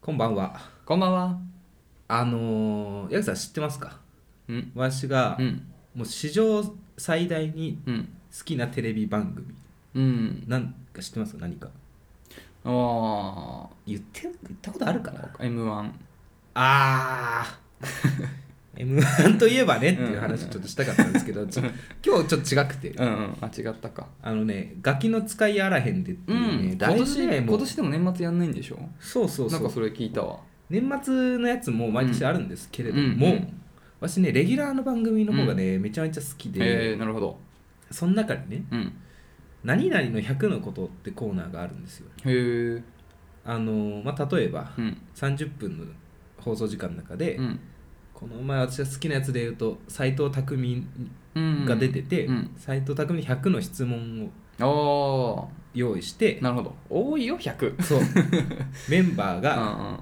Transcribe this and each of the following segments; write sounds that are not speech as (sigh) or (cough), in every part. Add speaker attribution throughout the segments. Speaker 1: こんばんは。
Speaker 2: こんばんは。
Speaker 1: あのー、ヤクさん知ってますか
Speaker 2: うん。
Speaker 1: 私が、
Speaker 2: うん。
Speaker 1: もう史上最大に
Speaker 2: うん。
Speaker 1: 好きなテレビ番組。
Speaker 2: うん。
Speaker 1: なんか知ってますか何か。
Speaker 2: あ
Speaker 1: 言って、言ったことあるかな
Speaker 2: あ、M1。
Speaker 1: あ (laughs) ー。M1 といえばねっていう話をちょっとしたかったんですけど、ちょ今日ちょっと違くて。
Speaker 2: うんうん。あ、違ったか。
Speaker 1: あのね、ガキの使いあらへんでって
Speaker 2: う
Speaker 1: いうね、
Speaker 2: ん。
Speaker 1: だ
Speaker 2: 今
Speaker 1: いぶ
Speaker 2: 年、
Speaker 1: ね、も
Speaker 2: 今
Speaker 1: う、
Speaker 2: 年でも年末やんないんでしょ
Speaker 1: そうそう
Speaker 2: な
Speaker 1: そ
Speaker 2: んか
Speaker 1: う
Speaker 2: それ聞いたわ。
Speaker 1: 年末のやつも毎年あるんですけれども、
Speaker 2: うんうん
Speaker 1: 私ねレギュラーの番組の方がね、めちゃめちゃ好きで、
Speaker 2: えー、なるほど。
Speaker 1: その中にね
Speaker 2: うん。
Speaker 1: 「何々の100のこと」ってコーナーがあるんですよ
Speaker 2: へえ。
Speaker 1: あの、まあ、例えば
Speaker 2: うん。
Speaker 1: 30分の放送時間の中で、
Speaker 2: うん。
Speaker 1: この前私が好きなやつで言うと斎藤匠
Speaker 2: うん。
Speaker 1: が出てて
Speaker 2: うん。
Speaker 1: 斎、藤匠に100の質問を
Speaker 2: ああ
Speaker 1: 用意して
Speaker 2: ー、なるほど。多いよ、100。
Speaker 1: そう (laughs) メンバー
Speaker 2: うんうん。
Speaker 1: が、
Speaker 2: あ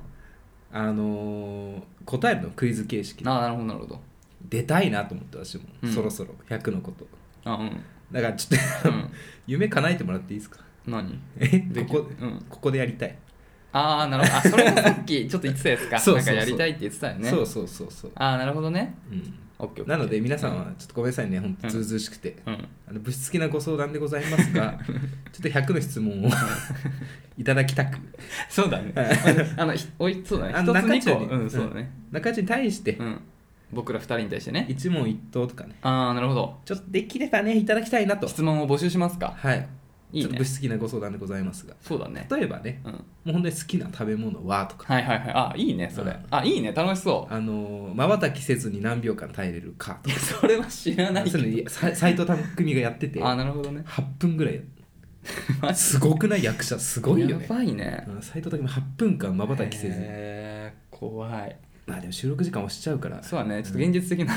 Speaker 1: あのー答えるのクイズ形式
Speaker 2: ーなるほど、なるほど。
Speaker 1: 出たいなと思って私も、
Speaker 2: うん
Speaker 1: そろそろ100のこと
Speaker 2: あ、うん。
Speaker 1: だからちょっと (laughs)
Speaker 2: うん。
Speaker 1: 夢叶えてもらっていいですか
Speaker 2: 何
Speaker 1: え
Speaker 2: でき
Speaker 1: ここ
Speaker 2: うん。
Speaker 1: ここでやりたい、
Speaker 2: ああ、なるほど。あ、それがさっきちょっと言ってたやつ
Speaker 1: (laughs)
Speaker 2: か。
Speaker 1: そう
Speaker 2: な
Speaker 1: そうんそう
Speaker 2: かやりたいって言ってたよね。
Speaker 1: そうそうそうそう、
Speaker 2: ああ、なるほどね。
Speaker 1: うん、
Speaker 2: オッケーオッケー
Speaker 1: なので皆さんはちょっとごめんなさいね本当ずうずうしくて、
Speaker 2: うん。
Speaker 1: あの物質的なご相談でございます
Speaker 2: (laughs)
Speaker 1: がちょっと100の質問をいただきたく
Speaker 2: そうだね。 (laughs) あの、ひおいそうだね。
Speaker 1: あ
Speaker 2: 一つ
Speaker 1: 中
Speaker 2: 二
Speaker 1: 条
Speaker 2: 個。
Speaker 1: に
Speaker 2: うん、そうだね。
Speaker 1: 中地に対して
Speaker 2: うん。僕ら二人に対してね。
Speaker 1: 一問一答とかね
Speaker 2: ああ、なるほど。
Speaker 1: ちょっとできればねいただきたいなと
Speaker 2: 質問を募集しますか。
Speaker 1: はい
Speaker 2: いいね
Speaker 1: ちょっと物質的なご相談でございますが
Speaker 2: そうだね。
Speaker 1: 例えばね
Speaker 2: うん。
Speaker 1: もう本当に好きな食べ物はとか
Speaker 2: はいはいはい。あ、いいね、それ
Speaker 1: うん。
Speaker 2: あ、いいね、楽しそ
Speaker 1: あのまばたきせずに何秒間耐えれるか
Speaker 2: う。 (laughs)
Speaker 1: と
Speaker 2: い
Speaker 1: か
Speaker 2: や、それは知らないけ
Speaker 1: そういう
Speaker 2: ど。
Speaker 1: のさ斎藤匠がやってて
Speaker 2: あー、なるほどね。
Speaker 1: 8分ぐらいやる
Speaker 2: (laughs) マジ
Speaker 1: すごくない役者すごいよね
Speaker 2: やばいね。
Speaker 1: うん斎藤匠8分間まばたきせず
Speaker 2: へー怖い。
Speaker 1: まあでも収録時間押しちゃうから
Speaker 2: そうだね、ちょっと現実
Speaker 1: (laughs)
Speaker 2: 的な。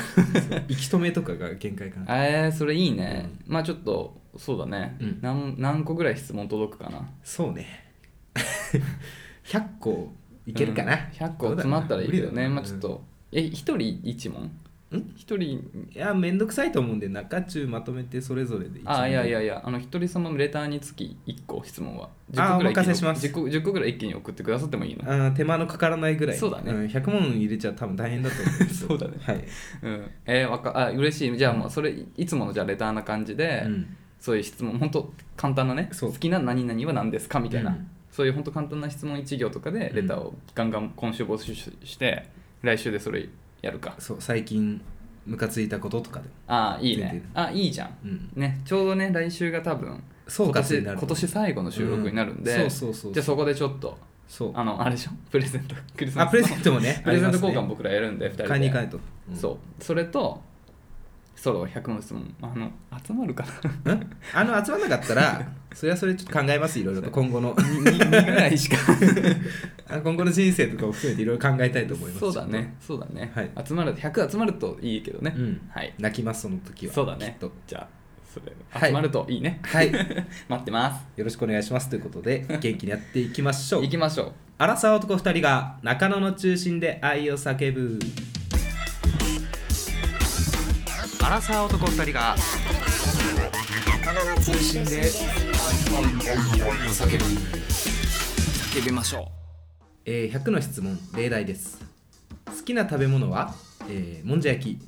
Speaker 1: 息止めとかが限界かな
Speaker 2: (laughs) えー、それいいね。まあちょっと、そうだね
Speaker 1: うん。
Speaker 2: なん何個ぐらい質問届くかな。
Speaker 1: そうね (laughs) 100個いけるかな、
Speaker 2: うん100個詰まったらいいけどね、
Speaker 1: どうだろう
Speaker 2: まあちょっとえ一人一問
Speaker 1: ん
Speaker 2: 一人
Speaker 1: いやめんどくさいと思うんで中中まとめてそれぞれで一問
Speaker 2: あいやいやいやあの一人様レターにつき1個質問は
Speaker 1: あ
Speaker 2: 10個ぐらい
Speaker 1: お任せします
Speaker 2: 一気に 10, 個10個ぐらい一気に送ってくださってもいいの
Speaker 1: あー手間のかからないぐらい
Speaker 2: そうだね
Speaker 1: ん、100問入れちゃ多分大変だと思うんですよ
Speaker 2: (laughs) そうだね
Speaker 1: はい、
Speaker 2: うんえー、わかあ嬉しいじゃあもうそれいつものじゃあレターな感じで、
Speaker 1: うん
Speaker 2: そういう質問本当簡単なね
Speaker 1: そう
Speaker 2: 好きな何々は何ですかみたいな、
Speaker 1: うん
Speaker 2: そういう本当簡単な質問1行とかでレターをガンガン今週募集しして来週でそれやるか
Speaker 1: そう最近ムカついたこととかでも、
Speaker 2: あいい
Speaker 1: 全
Speaker 2: ね
Speaker 1: 然
Speaker 2: あいいじゃん
Speaker 1: うん、
Speaker 2: ねちょうどね来週が多分
Speaker 1: 総
Speaker 2: 今
Speaker 1: 括
Speaker 2: 年
Speaker 1: になる
Speaker 2: 今年最後の収録になるんで、
Speaker 1: うんそうそうそうそう
Speaker 2: じゃあそこでちょっと
Speaker 1: そう
Speaker 2: あのあれでしょプレゼントクリス
Speaker 1: あ
Speaker 2: マスの
Speaker 1: プレゼントもね
Speaker 2: プレゼント交
Speaker 1: あります
Speaker 2: 換
Speaker 1: ね
Speaker 2: 僕らやるんで2人で
Speaker 1: 買いに行かないと、うん
Speaker 2: そうそれとソロ100問質問あの集まるか
Speaker 1: (laughs)
Speaker 2: な
Speaker 1: んあの集まんなかったらそれはそれちょっと考えますいろいろと今後の
Speaker 2: 2ぐらいしか
Speaker 1: あの今後の人生とかを含めていろいろ考えたいと思います
Speaker 2: (laughs) そうだねそうだね、
Speaker 1: はい
Speaker 2: 集まる100集まるといいけどね、
Speaker 1: うん
Speaker 2: はい
Speaker 1: 泣きますその時は
Speaker 2: そうだ
Speaker 1: き
Speaker 2: ね
Speaker 1: っと
Speaker 2: じゃあそれ
Speaker 1: はい
Speaker 2: 集まるといいね、
Speaker 1: はい
Speaker 2: (laughs) 待ってます
Speaker 1: よろしくお願いしますということで元気にやっていきましょう
Speaker 2: 行きましょう
Speaker 1: 荒沢男2人が中野の中心で愛を叫ぶ荒沢男2人が中心で
Speaker 2: 叫びましょ
Speaker 1: えー、100の質問例題です好きな食べ物は、えー、もんじゃ焼き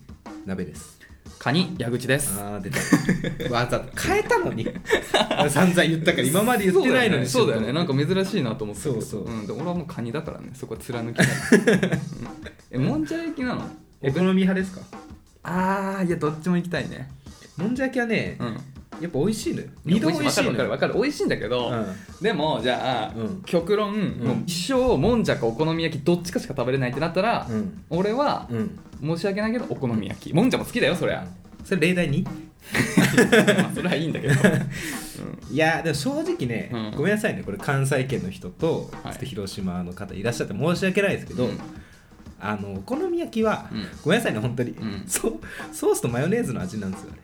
Speaker 1: 鍋です
Speaker 2: うカニ矢口です
Speaker 1: あー出たわざと変えたのに (laughs) 散々言ったから今まで言ってないのに
Speaker 2: そうだよねそうだよねなんか珍しいなと思ってたけど、
Speaker 1: そうそうん
Speaker 2: で俺はもうカニだからねそこは貫きない、 (laughs) うんえもんじゃ焼きなの
Speaker 1: お好み派ですか
Speaker 2: あーいやどっちも行きたいね
Speaker 1: もんじゃ焼きはね、
Speaker 2: うん
Speaker 1: やっぱ美味しいのよ二度美味しいの
Speaker 2: わかるわ
Speaker 1: よ
Speaker 2: かるわかる美味しいんだけど、
Speaker 1: うん
Speaker 2: でもじゃあ、
Speaker 1: うん
Speaker 2: 極論、もう一生もんじゃかお好み焼きどっちかしか食べれないってなったら、
Speaker 1: うん
Speaker 2: 俺は、
Speaker 1: うん
Speaker 2: 申し訳ないけどお好み焼きもんじゃも好きだよそり (laughs) ゃ、
Speaker 1: それ例題に
Speaker 2: まあそれはいいんだけ (laughs) ど
Speaker 1: いやーでも正直ね、
Speaker 2: うん
Speaker 1: ごめんなさいねこれ関西圏の人と,、
Speaker 2: はい
Speaker 1: ちょっと広島の方いらっしゃって申し訳ないですけど、
Speaker 2: うん
Speaker 1: あのお好み焼きは、
Speaker 2: うん
Speaker 1: ごめんなさいね本当に、
Speaker 2: うん
Speaker 1: そうソースとマヨネーズの味なんですよね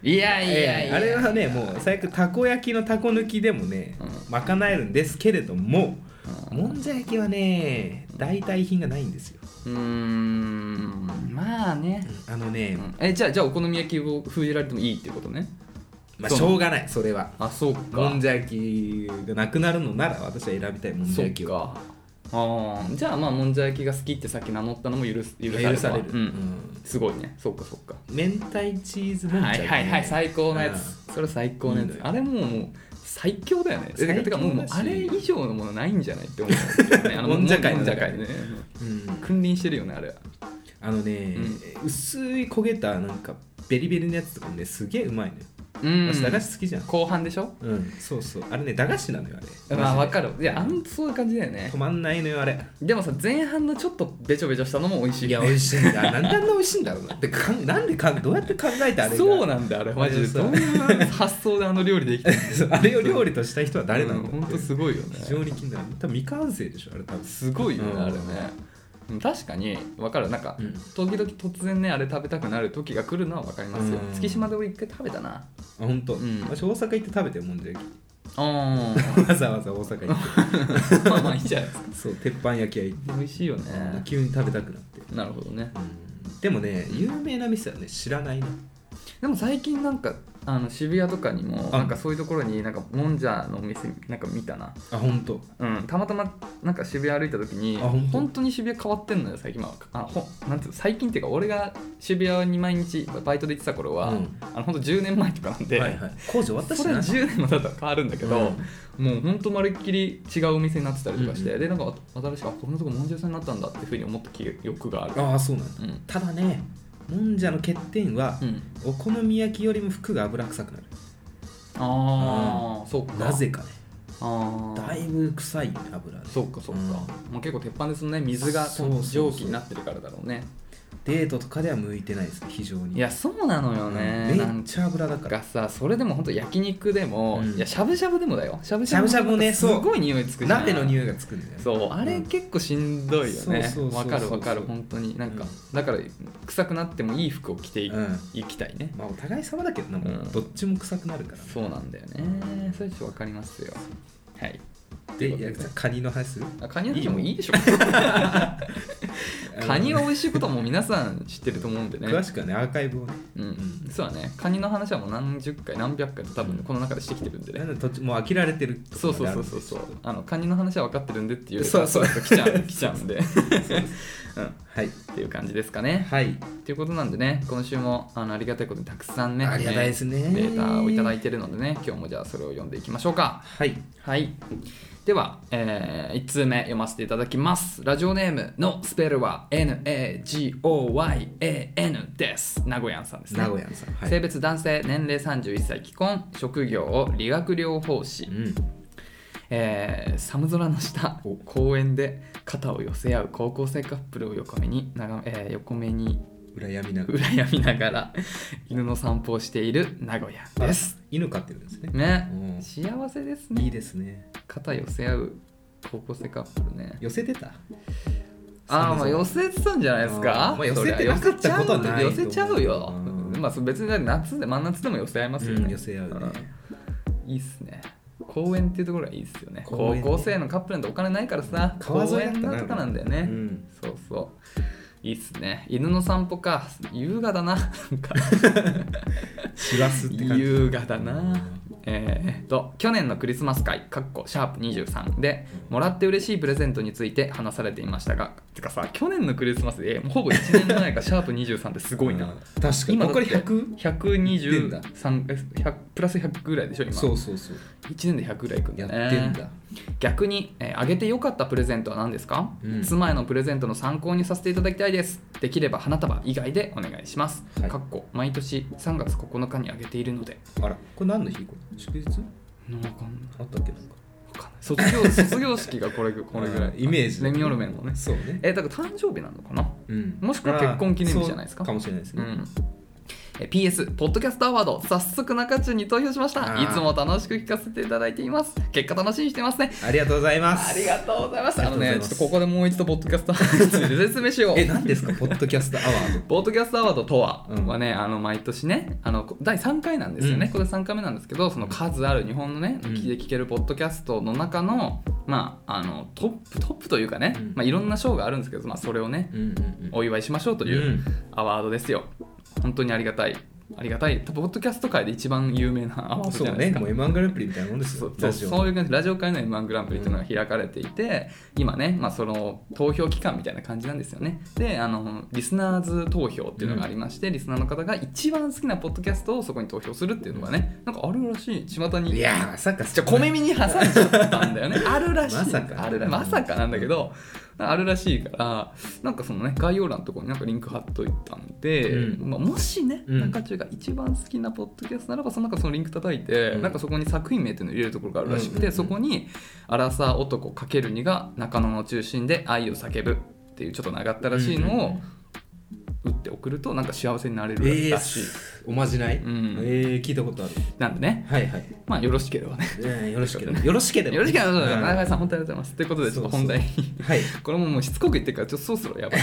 Speaker 2: いやいや
Speaker 1: え
Speaker 2: いや、
Speaker 1: ーあれはねもう最悪たこ焼きのたこ抜きでもね、
Speaker 2: う
Speaker 1: 賄えるんですけれども、
Speaker 2: うん
Speaker 1: もんじゃ焼きはね代替品がないんですよ、
Speaker 2: うーんまあね、
Speaker 1: あのね、
Speaker 2: うんえじゃあじゃあお好み焼きを封じられてもいいってことね
Speaker 1: まあ
Speaker 2: そう
Speaker 1: しょうがないそれは
Speaker 2: あそうか
Speaker 1: もんじゃ焼きがなくなるのなら私は選びたいもんじゃ
Speaker 2: そ
Speaker 1: 焼き
Speaker 2: う
Speaker 1: を
Speaker 2: かああじゃあまあもんじゃ焼きが好きってさっき名乗ったのも許す
Speaker 1: 許
Speaker 2: 許されるわ
Speaker 1: される、
Speaker 2: う、
Speaker 1: うんん
Speaker 2: すごいねそっかそっか
Speaker 1: 明太チーズもん
Speaker 2: は
Speaker 1: じゃ
Speaker 2: い
Speaker 1: 焼き
Speaker 2: はいはい最高のやつそれ最高のや
Speaker 1: いい
Speaker 2: つ
Speaker 1: のよ
Speaker 2: あれもうもう最強だよねえてか
Speaker 1: 最強だして
Speaker 2: かもうもうあれ以上のものないんじゃないって思うよねあの
Speaker 1: (laughs) もんじゃ界
Speaker 2: も
Speaker 1: の
Speaker 2: んじ
Speaker 1: 中
Speaker 2: ゃ
Speaker 1: で
Speaker 2: 界ね
Speaker 1: うん
Speaker 2: 君臨してるよねあれは
Speaker 1: あのね、薄い焦げたなんかベリベリのやつとかもねすげえうまいのよ、
Speaker 2: うん
Speaker 1: 私駄菓子好きじゃん
Speaker 2: 後半でしょ
Speaker 1: うんそうそうあれね駄菓子なのよあれ
Speaker 2: まあ
Speaker 1: マ
Speaker 2: わ
Speaker 1: ジ
Speaker 2: かるいやあんそういう感じだよ
Speaker 1: で
Speaker 2: ね
Speaker 1: 止まんないのよあれ
Speaker 2: でもさ前半のちょっとべちょべちょしたのも美味しい
Speaker 1: いや美味しいんだ (laughs) なんであんな美味しいんだろうなってかんなんでかんどうやって考えてあれが
Speaker 2: そうなんだあれマジで
Speaker 1: そう
Speaker 2: どんな発想であの料理できたの
Speaker 1: (laughs) そうあれを料理とした人は誰なんだって、
Speaker 2: 本当すごいよね
Speaker 1: 非常に気になる多分未完成でしょあれ多分
Speaker 2: すごいよね、
Speaker 1: うん
Speaker 2: あれねうん確かに分かるなんか、
Speaker 1: うん
Speaker 2: 時々突然ねあれ食べたくなる時が来るのは分かりますよ、
Speaker 1: うん
Speaker 2: 月島でも一回食べたな
Speaker 1: あ本当、
Speaker 2: うん
Speaker 1: 私大阪行って食べてるもんじゃ焼
Speaker 2: あ
Speaker 1: き (laughs) わざわざ大阪行っ
Speaker 2: まあまあいいじゃないですか
Speaker 1: て (laughs) そう鉄板焼き屋行って、
Speaker 2: 美味しいよね
Speaker 1: 急に食べたくなって、
Speaker 2: なるほどね
Speaker 1: うんでもね有名な店はね知らないな
Speaker 2: でも最近なんかあの渋谷とかにも
Speaker 1: あ
Speaker 2: なんかそういうところになんかもんじゃのお店なんか見たな、
Speaker 1: あ本当
Speaker 2: うん、たまたまなんか渋谷歩いた時に
Speaker 1: あ本当
Speaker 2: 本当に渋谷変わってんのよ最近まああほんなんていうの最近っていうか俺が渋谷に毎日バイトで行ってた頃は、
Speaker 1: うん
Speaker 2: あの本当10年前とかなんで、
Speaker 1: はいはい、工場終わったし
Speaker 2: それ
Speaker 1: な
Speaker 2: 10年も経ったら変わるんだけど、もうほんとまるっきり違うお店になってたりとかして、
Speaker 1: うんうん
Speaker 2: でなんか新しくあこんなとこもんじゃ屋さんになったんだっていうふうに思った記憶がある
Speaker 1: ああそうなんだ
Speaker 2: うん、
Speaker 1: ただねもんじゃの欠点は
Speaker 2: う、ん、
Speaker 1: お好み焼きよりも服が油臭くなる
Speaker 2: ああそうか
Speaker 1: なぜかね
Speaker 2: ああ
Speaker 1: だいぶ臭い油で
Speaker 2: そうかそうか、
Speaker 1: うん
Speaker 2: もう結構鉄板ですもんね水が
Speaker 1: そうそうそう
Speaker 2: 蒸気になってるからだろうね
Speaker 1: デートとかでは向いてないですね非常に
Speaker 2: いやそうなのよね、
Speaker 1: うん
Speaker 2: な
Speaker 1: めっ
Speaker 2: ん
Speaker 1: ちゃ油だから
Speaker 2: かさそれでも本当焼肉でも、
Speaker 1: うん
Speaker 2: いやしゃぶしゃぶでもだよしゃぶしゃぶ
Speaker 1: しゃぶしゃぶね
Speaker 2: す
Speaker 1: そう
Speaker 2: ごい匂いつくじゃん
Speaker 1: 鍋の匂いがつくんだよね
Speaker 2: そうあれ結構しんどい
Speaker 1: そう
Speaker 2: よ
Speaker 1: そう
Speaker 2: ね
Speaker 1: そうそう
Speaker 2: わかるわかる本当になんか、だから臭くなってもいい服を着てい,、
Speaker 1: うん
Speaker 2: きたいね
Speaker 1: まあお互い様だけどな、もう
Speaker 2: うん
Speaker 1: どっちも臭くなるからね
Speaker 2: そうなんだよねそれちょっとわかりますよはい
Speaker 1: でいやじゃあカニの話する
Speaker 2: あカニの話もいいでしょカニが美味しいことはもう皆さん知ってると思うんでね
Speaker 1: 詳しくはねアーカイブをね
Speaker 2: うん、そうだねカニの話はもう何十回何百回と多分この中でしてきてるんでね、
Speaker 1: なんで途中もう飽きられてると
Speaker 2: そう
Speaker 1: こ
Speaker 2: そう
Speaker 1: まであ
Speaker 2: そ
Speaker 1: る
Speaker 2: うん
Speaker 1: で
Speaker 2: そうそうあのカニの話は分かってるんでっていう
Speaker 1: そうそう
Speaker 2: 来ちゃう来ち
Speaker 1: (laughs)
Speaker 2: ゃうんでうん、っ
Speaker 1: はい
Speaker 2: ていう感じですかね
Speaker 1: はい
Speaker 2: ということなんでね今週もあのありがたいことにたくさんね
Speaker 1: ありがたいですね
Speaker 2: えーデータをいただいてるのでね今日もじゃあそれを読んでいきましょうか
Speaker 1: はい
Speaker 2: はいでは、え1通目読ませていただきますラジオネームのスペルは NAGOYAN です名古屋さんですね
Speaker 1: 名古屋さんはい
Speaker 2: 性別男性年齢31歳既婚職業を理学療法士、
Speaker 1: うん
Speaker 2: えー寒空の下
Speaker 1: お
Speaker 2: 公園で肩を寄せ合う高校生カップルを横目に眺め、えー横目に
Speaker 1: 羨みながら
Speaker 2: 羨みながら犬の散歩をしている名古屋です。
Speaker 1: 犬飼ってるんですね
Speaker 2: ね、
Speaker 1: うん
Speaker 2: 幸せです
Speaker 1: いい
Speaker 2: ね。
Speaker 1: ですね
Speaker 2: 肩寄せ合う高校生カップルね。
Speaker 1: 寄せてた
Speaker 2: ああ、まあ寄せてたんじゃないですか。
Speaker 1: あーまあ寄せてなかったことはない
Speaker 2: 寄せちゃうよ。
Speaker 1: うん
Speaker 2: まあ別に夏で真夏でも寄せ合いますよ
Speaker 1: うん
Speaker 2: ね。
Speaker 1: 寄せ合うね
Speaker 2: うんいいっすね。公園っていうところがいいっすよね。
Speaker 1: 公園
Speaker 2: 高
Speaker 1: ね
Speaker 2: 校生のカップルなんてお金ないからさ、
Speaker 1: 川沿いだった
Speaker 2: 公園
Speaker 1: な
Speaker 2: なんとかなんだよね。
Speaker 1: うん
Speaker 2: そうそう。いいっすね。犬の散歩か。優雅だな。なんか
Speaker 1: しらすって感じ
Speaker 2: 優雅だ
Speaker 1: うん
Speaker 2: なえー、と去年のクリスマス会かっこシャープ23でもらって嬉しいプレゼントについて話されていましたがてかさ去年のクリスマスで、えーもうほぼ1年前かシャープ23ってすごいな
Speaker 1: 確かに
Speaker 2: 今
Speaker 1: ここから
Speaker 2: だって
Speaker 1: 100?
Speaker 2: 123え100プラス100ぐらいでしょ今
Speaker 1: そうそうそう
Speaker 2: 1年で100ぐらいいくんだ
Speaker 1: やっ
Speaker 2: ね
Speaker 1: てんだ
Speaker 2: 逆に、えーあげてよかったプレゼントは何ですか、
Speaker 1: うん
Speaker 2: 妻へのプレゼントの参考にさせていただきたいですできれば花束以外でお願いします、
Speaker 1: はい
Speaker 2: かっこ毎年3月9日にあげているので
Speaker 1: あらこれ何の日これ祝日
Speaker 2: なんかわかんない
Speaker 1: あったっけなんか
Speaker 2: わかんない卒業卒業式がこれぐこれぐら
Speaker 1: うん
Speaker 2: い
Speaker 1: イメージ
Speaker 2: レミオルメンのね
Speaker 1: そうね
Speaker 2: えだから誕生日なのかな
Speaker 1: うん
Speaker 2: もしくは結婚記念日じゃないですか
Speaker 1: あーそうかもしれないです
Speaker 2: う
Speaker 1: ね、
Speaker 2: んえ PS ポッドキャストアワード早速中中に投票しました
Speaker 1: あ
Speaker 2: い
Speaker 1: ー
Speaker 2: つも楽しく聞かせていただいています結果楽しみにしてますね
Speaker 1: ありがとうございます
Speaker 2: ありがとうございますあの
Speaker 1: あり
Speaker 2: ねちょ
Speaker 1: が
Speaker 2: っ
Speaker 1: と
Speaker 2: と
Speaker 1: うございます
Speaker 2: ここでもう一度ポッドキャストアワードに説明しよう
Speaker 1: え何ですかポッドキャストアワ
Speaker 2: (laughs)
Speaker 1: ード
Speaker 2: ポッドキャストアワードとは、
Speaker 1: うん
Speaker 2: はねあの毎年ねあのこ第3回なんですよね、
Speaker 1: うん
Speaker 2: これ3回目なんですけどその数ある日本のね、
Speaker 1: うん
Speaker 2: 聞いて聞けるポッドキャストの中の,、まあ、あのトップトップというかね、
Speaker 1: うん
Speaker 2: まあ、いろんな賞があるんですけど、まあ、それをね
Speaker 1: うんうんうん
Speaker 2: お祝いしましょうといううんアワードですよ、本当にありがたいありがたいポッドキャスト界で一番有名なアワードじ
Speaker 1: そ
Speaker 2: ゃ
Speaker 1: う
Speaker 2: ないで
Speaker 1: ね
Speaker 2: すか
Speaker 1: もう M1 グランプリみたいなもんです
Speaker 2: そう
Speaker 1: よ
Speaker 2: そう
Speaker 1: ラジオ
Speaker 2: そういう感じラジオ界の m 1グランプリというのが開かれていて、今ね、まあ、その投票期間みたいな感じなんですよねであのリスナーズ投票っていうのがありまして、リスナーの方が一番好きなポッドキャストをそこに投票するっていうのがねなんかあるらしい巷に
Speaker 1: いやーまさか
Speaker 2: じゃあ小耳に挟んじゃったんだ
Speaker 1: (laughs)
Speaker 2: よねあるらしい
Speaker 1: まさか
Speaker 2: あるらまさかなんだけどあるらしいからなんかそのね概要欄のところになんかリンク貼っといたんで、
Speaker 1: うん
Speaker 2: まあ、もしね、
Speaker 1: うん
Speaker 2: 中中が一番好きなポッドキャストならばその中そのリンク叩いて、
Speaker 1: うん
Speaker 2: なんかそこに作品名っていうのを入れるところがあるらしくて、
Speaker 1: うんうんうん
Speaker 2: そこに「アラサー男 ×2」が中野の中心で愛を叫ぶっていうちょっと長ったらしいのを打って送るとなんか幸せになれ
Speaker 1: え
Speaker 2: る
Speaker 1: ー
Speaker 2: らしい、
Speaker 1: おまじない、
Speaker 2: ん
Speaker 1: えー聞いたことある
Speaker 2: なんでね
Speaker 1: はいはい、
Speaker 2: まあよろしければね
Speaker 1: うんよろしければよろしければ
Speaker 2: よろしければ、
Speaker 1: うん
Speaker 2: 田
Speaker 1: は
Speaker 2: 中さん、本当にありがとうございます。ということで、ちょっと本題に。
Speaker 1: い
Speaker 2: これももうしつこく言ってるから、ちょっとそろそろや
Speaker 1: (laughs)
Speaker 2: ばい。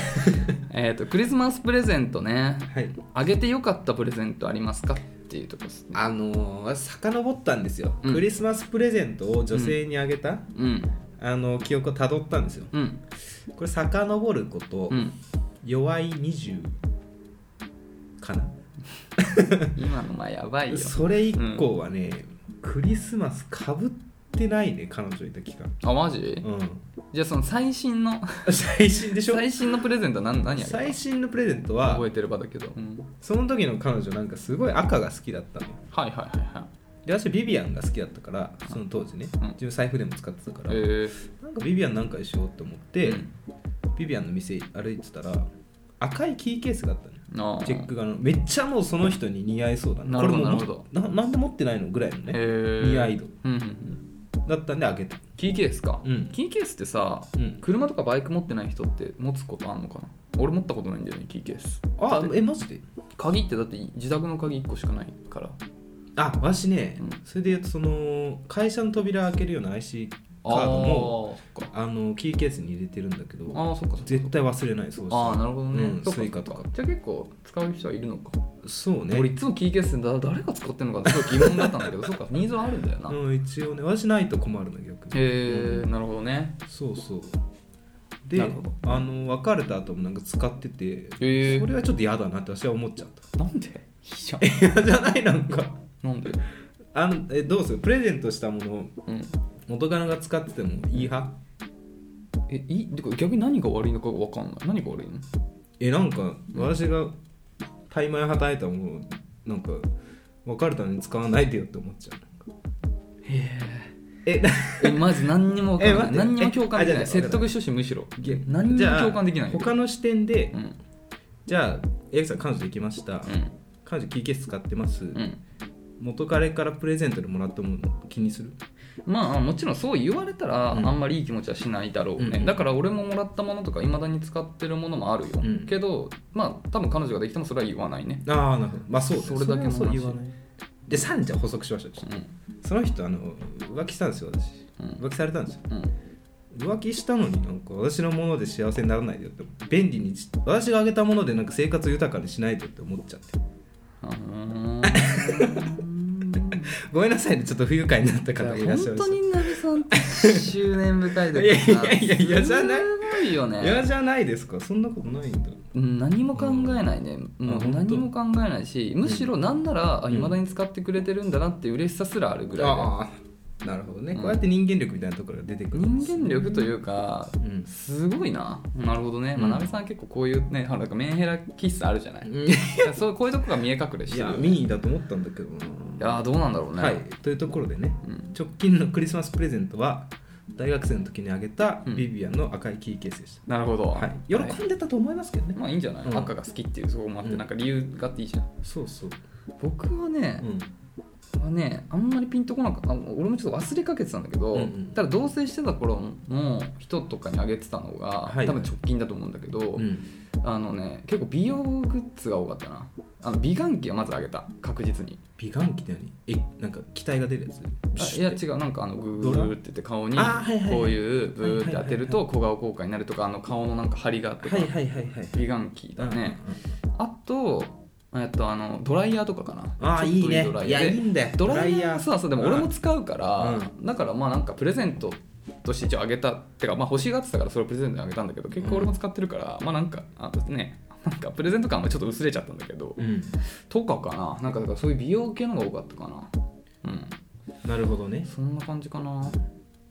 Speaker 2: えっと、クリスマスプレゼントね。
Speaker 1: はい
Speaker 2: あげてよかったプレゼントありますかっていうとこですね。
Speaker 1: あのー、遡ったんですよ、
Speaker 2: うん
Speaker 1: クリスマスプレゼントを女性にあげた、
Speaker 2: うん。
Speaker 1: あの記憶をたどったんですよ
Speaker 2: うん。
Speaker 1: これ遡ること、
Speaker 2: うん。
Speaker 1: 弱い20かな
Speaker 2: 今のまあやばいよ。
Speaker 1: それ以降はね、クリスマスかぶってないね彼女いた期間
Speaker 2: あ、マジ
Speaker 1: う
Speaker 2: じゃあその最新の、
Speaker 1: ん最新でしょ
Speaker 2: 最新のプレゼントは何何あげた
Speaker 1: 最新のプレゼントは
Speaker 2: 覚えてればだけど。うん。
Speaker 1: その時の彼女なんかすごい赤が好きだったのよ
Speaker 2: はいはいはいはい。
Speaker 1: で私ビビアンが好きだったからその当時ね、
Speaker 2: うん
Speaker 1: 自分財布でも使ってたから、
Speaker 2: えー、
Speaker 1: なんかビビアンなんかにしようと思って、
Speaker 2: うん
Speaker 1: ビビアンの店歩いてたら赤いキーケースがあったのよ
Speaker 2: あー
Speaker 1: チェックがあのめっちゃもうその人に似合いそうだ
Speaker 2: なるほど
Speaker 1: これもう
Speaker 2: なるほ
Speaker 1: ななんで持ってないのぐらいのね、
Speaker 2: えー
Speaker 1: 似合い度
Speaker 2: うんうんうん。
Speaker 1: だったんで開けた
Speaker 2: キーケースか。
Speaker 1: うん
Speaker 2: キーケースってさ、
Speaker 1: うん
Speaker 2: 車とかバイク持ってない人って持つことあんのかな俺持ったことないんだよねキーケース
Speaker 1: あえマジで
Speaker 2: 鍵ってだって自宅の鍵1個しかないから
Speaker 1: あわしね、
Speaker 2: うん
Speaker 1: それで言うとその会社の扉開けるような IC カードも
Speaker 2: あーそっか
Speaker 1: あのキーケースに入れてるんだけど
Speaker 2: あーそっかそっか
Speaker 1: 絶対忘れないそうしたら
Speaker 2: ああなるほどね、
Speaker 1: うん
Speaker 2: そっ
Speaker 1: スイカとか
Speaker 2: そっじゃあ結構使う人はいるのか、
Speaker 1: そうね
Speaker 2: 俺いつもキーケースでだ誰が使ってんのかってすごい疑問だったんだけど
Speaker 1: (laughs)
Speaker 2: そっかニーズはあるんだよな、へ
Speaker 1: うん、一応ねわしないと困るの逆に
Speaker 2: えー、なるほどね
Speaker 1: そうそうで
Speaker 2: なるほど
Speaker 1: あの別れた後もなんか使ってて、
Speaker 2: えー
Speaker 1: それはちょっと嫌だなって私は思っちゃっ
Speaker 2: なんでいいじゃん
Speaker 1: た (laughs) 嫌じゃないなんか
Speaker 2: なんで
Speaker 1: あのえどうするプレゼントしたものを
Speaker 2: うん
Speaker 1: 元カノが使っててもいい派
Speaker 2: えいいてか逆に何が悪いのかが分かんない何が悪いの
Speaker 1: えなんか私がタイマーはたいたものをなんか別れたのに使わないでよって思っちゃう
Speaker 2: へ
Speaker 1: えな
Speaker 2: え (laughs) まず何にも分かんない
Speaker 1: え待って
Speaker 2: 何にも共感できな
Speaker 1: えあ
Speaker 2: い
Speaker 1: じゃあ
Speaker 2: 説得してほしいむしろ
Speaker 1: げ
Speaker 2: 何にも
Speaker 1: じゃあ
Speaker 2: 共感できないよ
Speaker 1: 他の視点で、
Speaker 2: うん
Speaker 1: じゃあエイさん彼女できました、
Speaker 2: う
Speaker 1: 彼女キーケース使ってます、
Speaker 2: んうん
Speaker 1: 元彼からプレゼントでもらったもの気にする
Speaker 2: まあもちろんそう言われたらあ
Speaker 1: うん
Speaker 2: んまりいい気持ちはしないだろうね、
Speaker 1: うん
Speaker 2: だから俺ももらったものとかいまだに使ってるものもあるよ、
Speaker 1: うん
Speaker 2: けどまあ多分彼女ができてもそれは言わないね、
Speaker 1: ああなるほどまあそうね
Speaker 2: それだけの話
Speaker 1: それはそう言わないで3じゃ補足しましょうちょっ
Speaker 2: う
Speaker 1: とその人あの浮気したんですよ私
Speaker 2: んうん
Speaker 1: 浮気されたんですよ
Speaker 2: うん、
Speaker 1: (laughs) 浮気したのになんか私のもので幸せにならないでよって便利にち私があげたものでなんか生活豊かにしないでよって思っちゃって
Speaker 2: あー
Speaker 1: ごめんなさいねちょっと不愉快になった方がいらっしゃいま
Speaker 2: 本当
Speaker 1: し
Speaker 2: にナビさんって執念深いだけ
Speaker 1: いやいやいやいやじゃない
Speaker 2: すごいよ
Speaker 1: た
Speaker 2: ね
Speaker 1: 嫌じゃないですかそんなことないんだ
Speaker 2: うん何も考えないね、
Speaker 1: ん
Speaker 2: もう
Speaker 1: あ本
Speaker 2: 何
Speaker 1: 当
Speaker 2: も考えないしむしろなんならいまだに使ってくれてるんだなっていう嬉しさすらあるぐらいで、
Speaker 1: ああなるほどね、
Speaker 2: うん
Speaker 1: こうやって人間力みたいなところが出てくるんです
Speaker 2: 人間力というか、
Speaker 1: うん
Speaker 2: すごいななるほどね、まあ、
Speaker 1: うん
Speaker 2: なべさん結構こういうねほらなんかメンヘラ気質あるじゃない、
Speaker 1: うん
Speaker 2: そうこういうとこが見え隠れして
Speaker 1: い
Speaker 2: る
Speaker 1: や
Speaker 2: よね、い
Speaker 1: ミニだと思ったんだけどな
Speaker 2: やーどうなんだろうね、
Speaker 1: はいというところでね
Speaker 2: うん
Speaker 1: 直近のクリスマスプレゼントは大学生の時にあげた
Speaker 2: うん
Speaker 1: ビビアンの赤いキーケースでし
Speaker 2: なるほど、
Speaker 1: た、はい、喜んでたと思いますけどね、
Speaker 2: まあいいんじゃない、
Speaker 1: うん
Speaker 2: 赤が好きっていうそこもあって、
Speaker 1: うん
Speaker 2: なんか理由があっていいじゃん
Speaker 1: そうそう、
Speaker 2: 僕はね、
Speaker 1: うん、
Speaker 2: はねあんまりピンとこなかったあ俺もちょっと忘れかけてたんだけど、
Speaker 1: うんうん
Speaker 2: ただ同棲してた頃の人とかにあげてたのが、
Speaker 1: はいはい
Speaker 2: 多分直近だと思うんだけど、
Speaker 1: うん、
Speaker 2: あのね結構美容グッズが多かったなあの美顔器はまずあげた確実に
Speaker 1: 美顔器って何えなんか気体が出るやつ
Speaker 2: あいや違うなんかあのグ
Speaker 1: ドラ
Speaker 2: ーって言って顔に
Speaker 1: あはいはいはい
Speaker 2: こういうブーって当てると小顔効果になるとかあの顔のなんか張りがあって
Speaker 1: はいはいはいはい
Speaker 2: 美顔器だねあとえっとあのドライヤーとかかな
Speaker 1: ああ
Speaker 2: ちょっ
Speaker 1: いい
Speaker 2: と
Speaker 1: ね
Speaker 2: ドライ
Speaker 1: い
Speaker 2: ヤ
Speaker 1: や
Speaker 2: ー
Speaker 1: い
Speaker 2: で
Speaker 1: いんだよ
Speaker 2: ドライヤーそうそうでも俺も
Speaker 1: うん
Speaker 2: 使うから、
Speaker 1: う
Speaker 2: だからまあなんかプレゼントとして一応あげたってかまあ欲しがってたからそれをプレゼントにあげたんだけど結構俺も使ってるから、まあなんかあねなんかプレゼント感もちょっと薄れちゃったんだけど、
Speaker 1: うん、
Speaker 2: とかかななんかだからそういう美容系のが多かったかなうん
Speaker 1: なるほどね
Speaker 2: そんな感じかな、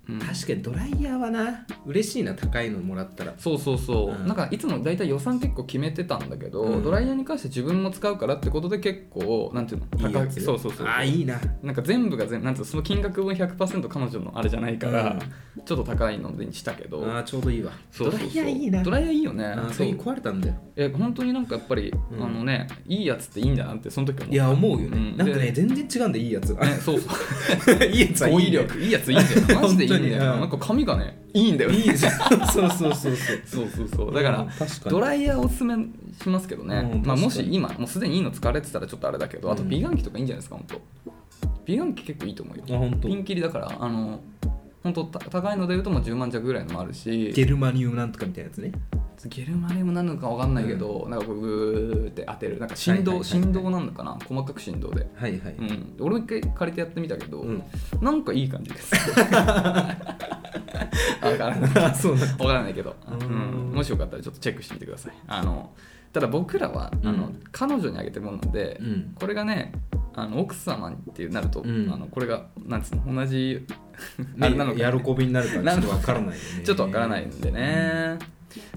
Speaker 2: うん、
Speaker 1: 確かにドライヤーはな嬉しいな高いのもらったら
Speaker 2: そうそうそう、
Speaker 1: うん
Speaker 2: なんかいつも大体予算結構決めてたんだけど、
Speaker 1: うん
Speaker 2: ドライヤーに関して自分も使うからってことで結構なんていうの
Speaker 1: いいや
Speaker 2: い
Speaker 1: つ
Speaker 2: そうそうそう
Speaker 1: ああいいな
Speaker 2: なんか全部が全部なんていうのその金額分100%彼女のあれじゃないから、ちょっと高いのにしたけど
Speaker 1: ああちょうどいいわ
Speaker 2: そうそうそ
Speaker 1: ド
Speaker 2: う
Speaker 1: ライヤーいいな
Speaker 2: ドライヤーいいよね
Speaker 1: あー
Speaker 2: そう
Speaker 1: 最近壊れたんだよ
Speaker 2: え本当になんかやっぱり、
Speaker 1: うん
Speaker 2: あのねいいやつっていいんだなってその時思った
Speaker 1: いや思うよね、
Speaker 2: うん
Speaker 1: なんかね全然違うんだよいいやつ
Speaker 2: (laughs)
Speaker 1: が
Speaker 2: ねそ
Speaker 1: (laughs)
Speaker 2: うそう
Speaker 1: いいやつはいい、ね、
Speaker 2: 語彙力いいやついいんだよマジでいい
Speaker 1: (laughs) 本当
Speaker 2: んだよ、
Speaker 1: にうん
Speaker 2: なんか髪がねいいんだよ
Speaker 1: いいですそうそうそうそう
Speaker 2: (laughs) そうそうそうだから、
Speaker 1: うん確かに
Speaker 2: ドライヤーおすすめしますけどね、
Speaker 1: うん
Speaker 2: ま
Speaker 1: 確か
Speaker 2: あ、
Speaker 1: に
Speaker 2: もし今もうすでにいいの使われてたらちょっとあれだけどあと
Speaker 1: うん
Speaker 2: 美顔器とかいいんじゃないですか本当美顔器結構いいと思うよ
Speaker 1: あ本当
Speaker 2: ピンキリだからあの本当た高いので言うともう10万弱ぐらいのもあるし
Speaker 1: ゲルマニウムなんとかみたいなやつね
Speaker 2: ゲルマネもなのか分かんないけど、なんかこうグーって当てるなんか振動、
Speaker 1: はいはいはいはい
Speaker 2: 振動なのかな細かく振動で、
Speaker 1: はいはい、
Speaker 2: うん、俺も一回借りてやってみたけど、 (laughs)
Speaker 1: うん
Speaker 2: なんかいい感じです
Speaker 1: (laughs)
Speaker 2: 分からない
Speaker 1: あそうなんだ
Speaker 2: (laughs) わからないけど、
Speaker 1: うん
Speaker 2: うんもしよかったらちょっとチェックしてみてくださいあのただ僕らは、
Speaker 1: うん
Speaker 2: あの彼女にあげてるもので、
Speaker 1: うん
Speaker 2: これがねあの奥様にってなると、
Speaker 1: うん
Speaker 2: あのこれがなんつうの同じあ
Speaker 1: ね
Speaker 2: れなのか、
Speaker 1: 喜びになるからちょっとわからないよね
Speaker 2: ちょっとわからないんでね、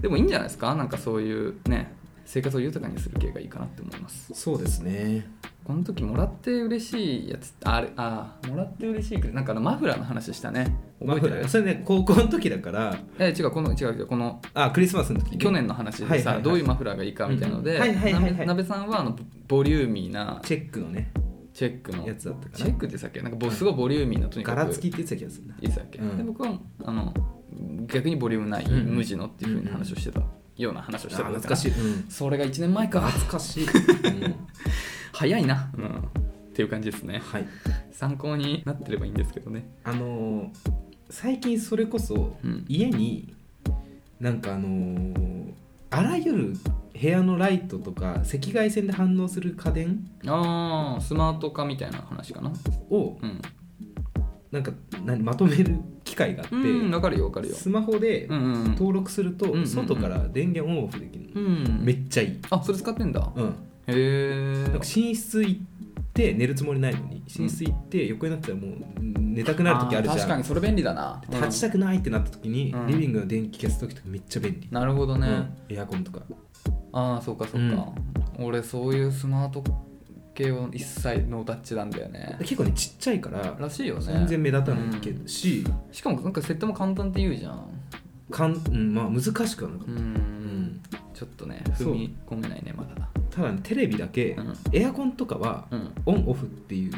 Speaker 2: でもいいんじゃないですかなんかそういうね生活を豊かにする系がいいかなって思います
Speaker 1: そうですね
Speaker 2: この時もらって嬉しいやつああれあもらって嬉しいくらいなんかあのマフラーの話したね覚えてない
Speaker 1: それね高校の時だから
Speaker 2: え違うこの違う違うこの
Speaker 1: あクリスマスの時ね
Speaker 2: 去年の話でさ、
Speaker 1: はいはいはい
Speaker 2: どういうマフラーがいいかみたいなので、
Speaker 1: うんはいはいはいはい
Speaker 2: なべなべさんはあのボボリューミーな
Speaker 1: チェックのね
Speaker 2: チェックの
Speaker 1: やつだったか
Speaker 2: チ
Speaker 1: な
Speaker 2: ェックでさっけなんかボすごいボリューミーなとにかく
Speaker 1: 柄付きって言ってた気がするない
Speaker 2: つだっけ、
Speaker 1: うん
Speaker 2: で僕はあの逆にボリュームない、
Speaker 1: うん
Speaker 2: 無地のっていうふうに話をしてた、ような話をしてた
Speaker 1: あ懐かしい、うん
Speaker 2: それが1年前か
Speaker 1: 懐かしい、うん
Speaker 2: 早いな、うん、っていう感じですね
Speaker 1: はい
Speaker 2: 参考になってればいいんですけどね
Speaker 1: あのー最近それこそ
Speaker 2: うん
Speaker 1: 家になんかあのーあらゆる部屋のライトとか赤外線で反応する家電
Speaker 2: ああスマート化みたいな話かな
Speaker 1: を
Speaker 2: うん、
Speaker 1: なんか何まとめる機械があって、
Speaker 2: うん、分かるよ分かるよ
Speaker 1: スマホで
Speaker 2: うんうんうん
Speaker 1: 登録すると、
Speaker 2: うんうんうん
Speaker 1: 外から電源オンオフできるの、
Speaker 2: うん
Speaker 1: めっちゃいい、
Speaker 2: あそれ使ってんだ
Speaker 1: うん、
Speaker 2: へえ
Speaker 1: なんか寝室行って寝るつもりないのに寝室行って横になったらもう寝たくなる時あるじ
Speaker 2: ー確
Speaker 1: ゃ
Speaker 2: か
Speaker 1: ん
Speaker 2: にそれ便利だな
Speaker 1: 立ちたくないってなった時に、
Speaker 2: うん
Speaker 1: リビングの電気消す時とかめっちゃ便利、
Speaker 2: なるほどね、
Speaker 1: うんエアコンとか
Speaker 2: ああそうかそうか、俺そういうスマート系を一切ノータッチなんだよね
Speaker 1: 結構ねちっちゃいから
Speaker 2: らしいよね
Speaker 1: 全然目立たないけどし、
Speaker 2: しかもなんか設定も簡単って言うじゃん
Speaker 1: かんうんまあ、難しくはなかっ
Speaker 2: う
Speaker 1: た、
Speaker 2: ん、
Speaker 1: うん
Speaker 2: ちょっとね
Speaker 1: そう
Speaker 2: 踏み込めないねまだ
Speaker 1: ただ、ね、テレビだけ、
Speaker 2: うん
Speaker 1: エアコンとかは
Speaker 2: うん
Speaker 1: オンオフっていう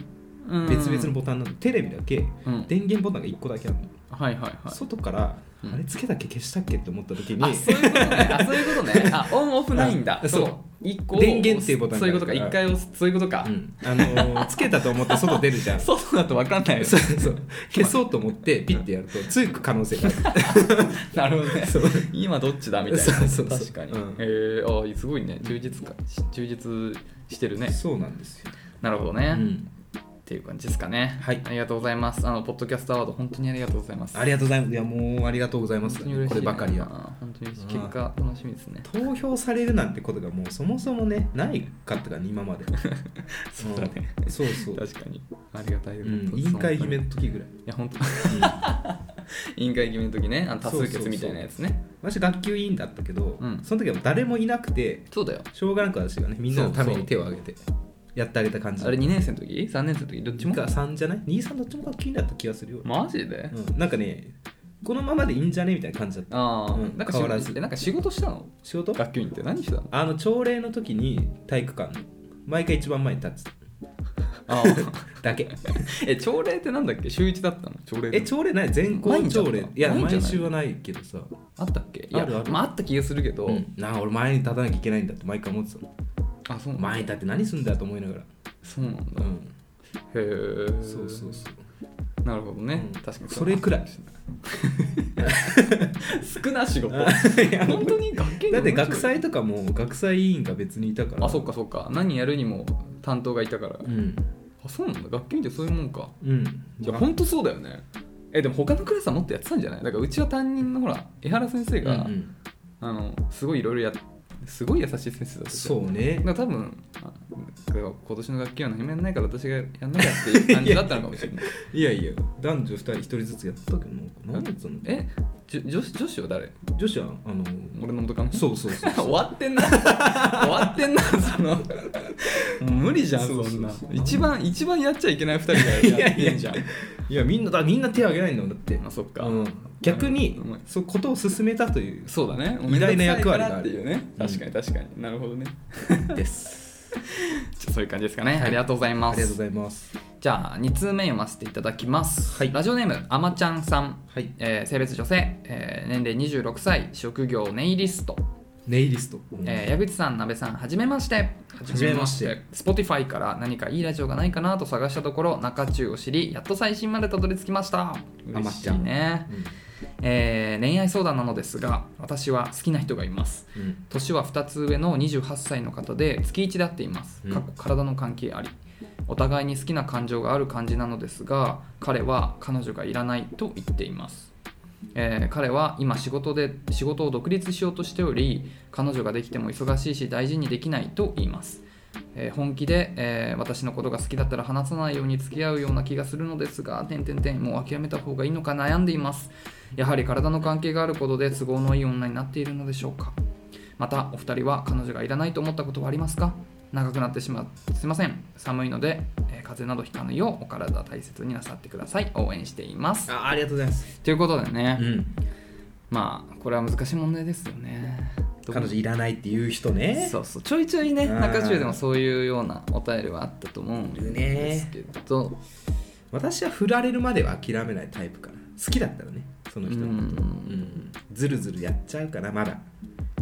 Speaker 2: うん
Speaker 1: 別々のボタンなの、テレビだけ
Speaker 2: うん
Speaker 1: 電源ボタンが1個だけあるの、
Speaker 2: はいはいはい
Speaker 1: 外から、
Speaker 2: うん
Speaker 1: あれつけたっけ消したっけって思った時に
Speaker 2: あそういうことねあそういうこと
Speaker 1: (laughs)
Speaker 2: ねあオンオフないんだ
Speaker 1: あそう
Speaker 2: 一個を
Speaker 1: 電源っていうボタンが
Speaker 2: そ
Speaker 1: あ
Speaker 2: うい
Speaker 1: る
Speaker 2: うことか一回押すそういうことか、
Speaker 1: うんあの
Speaker 2: (laughs)
Speaker 1: ーつけたと思って外出るじゃんそ
Speaker 2: そうだと分かんないよ
Speaker 1: うそう消そうと思ってピッてやるとつく可能性がある
Speaker 2: なるほどね
Speaker 1: そう
Speaker 2: 今どっちだみたいな
Speaker 1: そうそうそう
Speaker 2: 確かに、
Speaker 1: うん
Speaker 2: えー、あーすごいね充実かし充実してるね
Speaker 1: そうなんですよ、
Speaker 2: なるほど
Speaker 1: う
Speaker 2: ね、っ
Speaker 1: ん、
Speaker 2: ていう感じですかね
Speaker 1: はい
Speaker 2: ありがとうございますあのポッドキャストアワード本当にありがとうございます
Speaker 1: ありがとうございますいやもうありがとうございます、
Speaker 2: 本当に嬉し
Speaker 1: こ
Speaker 2: い
Speaker 1: れ
Speaker 2: ね
Speaker 1: ばかりは
Speaker 2: あー本当に嬉しい
Speaker 1: うん
Speaker 2: 結果楽しみですね
Speaker 1: 投票されるなんてことがもうそもそもねないかったからね今まで
Speaker 2: (laughs) そうだね
Speaker 1: うんそうそう、
Speaker 2: 確かにありがたい、
Speaker 1: うん、委
Speaker 2: 委
Speaker 1: 員
Speaker 2: 員
Speaker 1: 会
Speaker 2: 会
Speaker 1: 決めの時ぐらい、
Speaker 2: いや本当
Speaker 1: うん
Speaker 2: 委員会決めの時ねあの多数決みたいなやつね
Speaker 1: 私学級委員だったけど、
Speaker 2: うん
Speaker 1: その時は誰もいなくて
Speaker 2: そうだよ
Speaker 1: しょうがなく私がねみんなのために手を挙げてやってあげた感じ
Speaker 2: あれ2年生の時3年生の時どっちも
Speaker 1: か3じゃない ?2、3どっちも学級委員だった気がするよ、
Speaker 2: マジで、
Speaker 1: うん、なんかねこのままでいいんじゃねみたいな感じだった
Speaker 2: ああ、
Speaker 1: うん
Speaker 2: なんか
Speaker 1: 変わ
Speaker 2: 仕
Speaker 1: らず
Speaker 2: 事えなんか仕事したの
Speaker 1: 仕事
Speaker 2: 学級委員って何したの
Speaker 1: あの朝礼の時に体育館毎回一番前に立つ
Speaker 2: あ (laughs) あ
Speaker 1: だけ
Speaker 2: え朝礼ってなんだっけ週一だったの朝礼
Speaker 1: え朝礼ない全校
Speaker 2: 毎日だった
Speaker 1: 朝礼いや
Speaker 2: 毎日じゃない
Speaker 1: 毎週はないけどさ
Speaker 2: あったっけいや
Speaker 1: あるある
Speaker 2: まあ、あった気がするけど、
Speaker 1: うんなあ俺前に立たなきゃいけないんだって毎回思ってたの
Speaker 2: あそうなんだ
Speaker 1: 前に立って何すんだよと思いながら
Speaker 2: そうなんだ
Speaker 1: う
Speaker 2: へ
Speaker 1: ん
Speaker 2: え
Speaker 1: そうそうそう
Speaker 2: なるほどね、
Speaker 1: うん
Speaker 2: 確かに
Speaker 1: それくらい
Speaker 2: 少な仕事
Speaker 1: いや
Speaker 2: 本当に学研
Speaker 1: だって学祭とかも学祭委員が別にいたから
Speaker 2: あそっかそっか何やるにも担当がいたから、
Speaker 1: うん
Speaker 2: あそうなんだ学研ってそういうもんか
Speaker 1: うん
Speaker 2: いや本当そうだよねえでも他のクラスはもっとやってたんじゃないだからうちは担任のほら江原先生が、
Speaker 1: うんうん
Speaker 2: あのすごいいろいろやすごい優しい先生だったじゃん
Speaker 1: そうね
Speaker 2: だから多分あこれは今年の楽器は何もやんないから私がやんなきゃっていう感じだったのかもしれない
Speaker 1: いやいや男女2人1人ずつやったけどもう何やってたの
Speaker 2: (laughs) えじょ女子女子は誰
Speaker 1: 女子はあの
Speaker 2: 俺の元カノ
Speaker 1: そうそうそう
Speaker 2: (laughs) 終わってんな終わってんなそのもう無理じゃん
Speaker 1: そうそうそ
Speaker 2: そ
Speaker 1: うん
Speaker 2: な一番一番やっちゃいけない二人が
Speaker 1: い
Speaker 2: や
Speaker 1: や
Speaker 2: っ
Speaker 1: い
Speaker 2: て
Speaker 1: や
Speaker 2: んじゃん
Speaker 1: いやみんなだみんな手挙げないんだもんだって、
Speaker 2: まあそっか、
Speaker 1: うん、逆に
Speaker 2: うまい
Speaker 1: そうことを進めたという
Speaker 2: (laughs) そうだね
Speaker 1: 偉大な役割が
Speaker 2: お
Speaker 1: ある
Speaker 2: めでたいからっていうね
Speaker 1: うん
Speaker 2: 確かに確かに、なるほどね
Speaker 1: です
Speaker 2: じゃあそういう感じですかね、ありがとうござい
Speaker 1: あ
Speaker 2: ま
Speaker 1: りがとうご
Speaker 2: す
Speaker 1: ざいます
Speaker 2: じゃあ2通目読ませていただきます、
Speaker 1: はい
Speaker 2: ラジオネームあまちゃんさん、
Speaker 1: はい
Speaker 2: えー性別女性、えー年齢26歳職業ネイリスト
Speaker 1: ネイリスト、
Speaker 2: えー矢口さん、鍋さん、はじめまして。
Speaker 1: はじめまして
Speaker 2: はじめまして。Spotify から何かいいラジオがないかなと探したところ、中中を知り、やっと最新までたどり着きました。
Speaker 1: あま
Speaker 2: 嬉
Speaker 1: っ
Speaker 2: し
Speaker 1: ちゃん
Speaker 2: いね、えー恋愛相談なのですが、私は好きな人がいます。
Speaker 1: うんうん
Speaker 2: 年は2つ上の28歳の方で月1で会っています、
Speaker 1: うん
Speaker 2: かっこ体の関係ありお互いに好きな感情がある感じなのですが彼は彼女がいらないと言っています、えー彼は今仕事で仕事を独立しようとしており彼女ができても忙しいし大事にできないと言います、えー本気で、えー私のことが好きだったら話さないように付き合うような気がするのですが点々点もう諦めた方がいいのか悩んでいますやはり体の関係があることで都合のいい女になっているのでしょうかまたお二人は彼女がいらないと思ったことはありますか長くなってしまうすいません寒いので、えー風邪などひかぬようお体大切になさってください応援しています
Speaker 1: あありがとうございます、
Speaker 2: ということでね、
Speaker 1: ん、
Speaker 2: まあこれは難しい問題ですよね
Speaker 1: 彼女いらないっていう人ね
Speaker 2: そうそうちょいちょいね
Speaker 1: うん
Speaker 2: 中中でもそういうようなお便りはあったと思うんですけど、
Speaker 1: 私は振られるまでは諦めないタイプかな好きだったらねその
Speaker 2: う
Speaker 1: 人のことうんんずるずるやっちゃうからまだ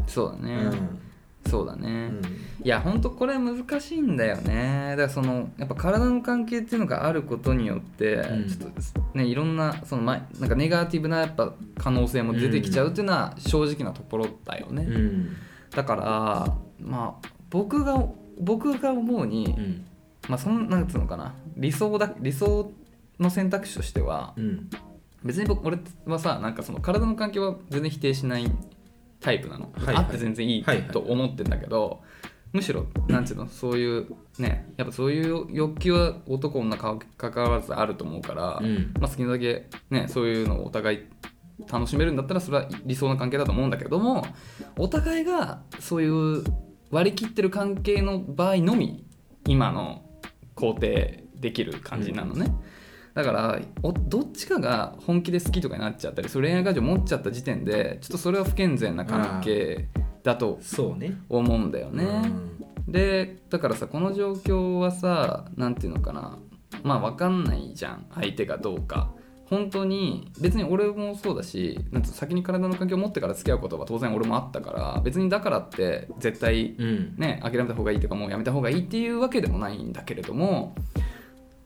Speaker 2: そうだね、
Speaker 1: うん
Speaker 2: そうだ
Speaker 1: う
Speaker 2: ね、
Speaker 1: ん
Speaker 2: いやほんとこれ難しいんだよねだからそのやっぱ体の関係っていうのがあることによって、
Speaker 1: うん
Speaker 2: ちょっとねいろんなその前なんかネガティブなやっぱ可能性も出てきちゃうっていうのは正直なところだよね、
Speaker 1: うん
Speaker 2: だからまあ僕が僕が思うに、
Speaker 1: うん
Speaker 2: まあそのなんつうのかな理想だ理想の選択肢としては
Speaker 1: うん
Speaker 2: 別に僕俺はさなんかその体の関係は全然否定しないタイプなの、
Speaker 1: はいはい
Speaker 2: あって全然いい
Speaker 1: はいはい
Speaker 2: と思ってんだけど、むしろなんていうのそういうねやっぱそういう欲求は男女かかわらずあると思うから、
Speaker 1: うん
Speaker 2: まあ、好きなだけ、ね、そういうのをお互い楽しめるんだったらそれは理想な関係だと思うんだけどもお互いがそういう割り切ってる関係の場合のみ今の肯定できる感じなのね、だからおどっちかが本気で好きとかになっちゃったりそういう恋愛感情持っちゃった時点でちょっとそれは不健全な関係だと
Speaker 1: そうね
Speaker 2: 思うんだよね。
Speaker 1: うん
Speaker 2: でだからさこの状況はさ何ていうのかなまあ分かんないじゃん相手がどうか本当に別に俺もそうだしなんつうの先に体の関係を持ってから付き合うことは当然俺もあったから別にだからって絶対
Speaker 1: うん
Speaker 2: ね諦めた方がいいとかもうやめた方がいいっていうわけでもないんだけれども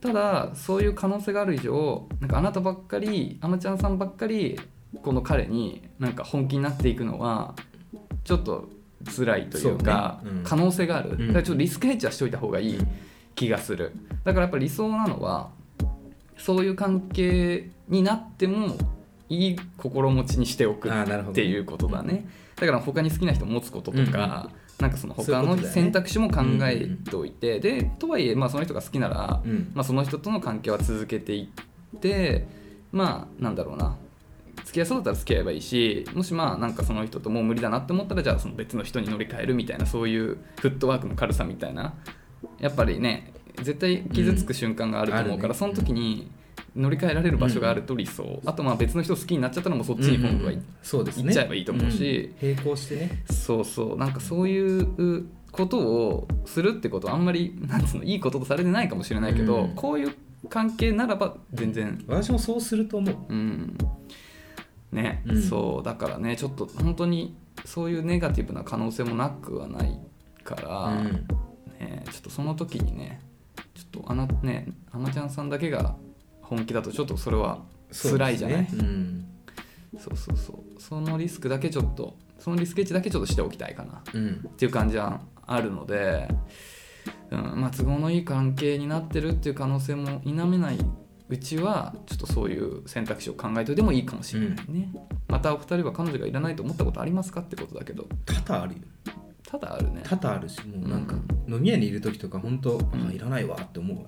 Speaker 2: ただそういう可能性がある以上なんかあなたばっかりあまちゃんさんばっかりこの彼になんか本気になっていくのはちょっと辛いというか
Speaker 1: そうねうん
Speaker 2: 可能性がある、
Speaker 1: ん
Speaker 2: だからちょっとリスクヘッジはしといた方がいい気がするだからやっぱり理想なのはそういう関係になってもいい心持ちにしておく
Speaker 1: あーなるほど
Speaker 2: っていうことだねだから他に好きな人を持つこととか、なんかその
Speaker 1: そうい
Speaker 2: 他
Speaker 1: うこと
Speaker 2: の
Speaker 1: だよね
Speaker 2: 選択肢も考えておいてでとはいえまあその人が好きなら、
Speaker 1: うん
Speaker 2: まあ、その人との関係は続けていってまあなんだろうな付き合いそうだったら付き合えばいいしもしまあなんかその人ともう無理だなって思ったらじゃあその別の人に乗り換えるみたいなそういうフットワークの軽さみたいなやっぱりね絶対傷つく瞬間があると思うから、
Speaker 1: うんあるね
Speaker 2: その時に乗り換えられる場所があると理想、あとまあ別の人好きになっちゃったらもうそっちに今度は行っ
Speaker 1: そうですね
Speaker 2: 行っちゃえばいいと思うし
Speaker 1: ん並行してね
Speaker 2: そうそうなんかそういうことをするってことはあんまりなんつうのいいこととされてないかもしれないけ
Speaker 1: う
Speaker 2: ど、
Speaker 1: ん
Speaker 2: こういう関係ならば全然
Speaker 1: 私もそうすると思う
Speaker 2: うんね、
Speaker 1: うん
Speaker 2: そうだからねちょっと本当にそういうネガティブな可能性もなくはないから、
Speaker 1: うん
Speaker 2: ね、ちょっとその時にねちょっとあのねあまちゃんさんだけが本気だとちょっとそれは
Speaker 1: そうですね
Speaker 2: 辛いじゃない
Speaker 1: うん
Speaker 2: そうそうそうそのリスクだけちょっとそのリスケッチだけちょっとしておきたいかな
Speaker 1: うん
Speaker 2: っていう感じはあるので、うんまあ、都合のいい関係になってるっていう可能性も否めないうちはちょっとそういう選択肢を考えておいてもいいかもしれないね、またお二人は彼女がいらないと思ったことありますかってことだけど
Speaker 1: 多々あるよ
Speaker 2: 多々あるね
Speaker 1: 多々あるしもうなんか飲み屋にいる時とか本当、あいらないわって思うわ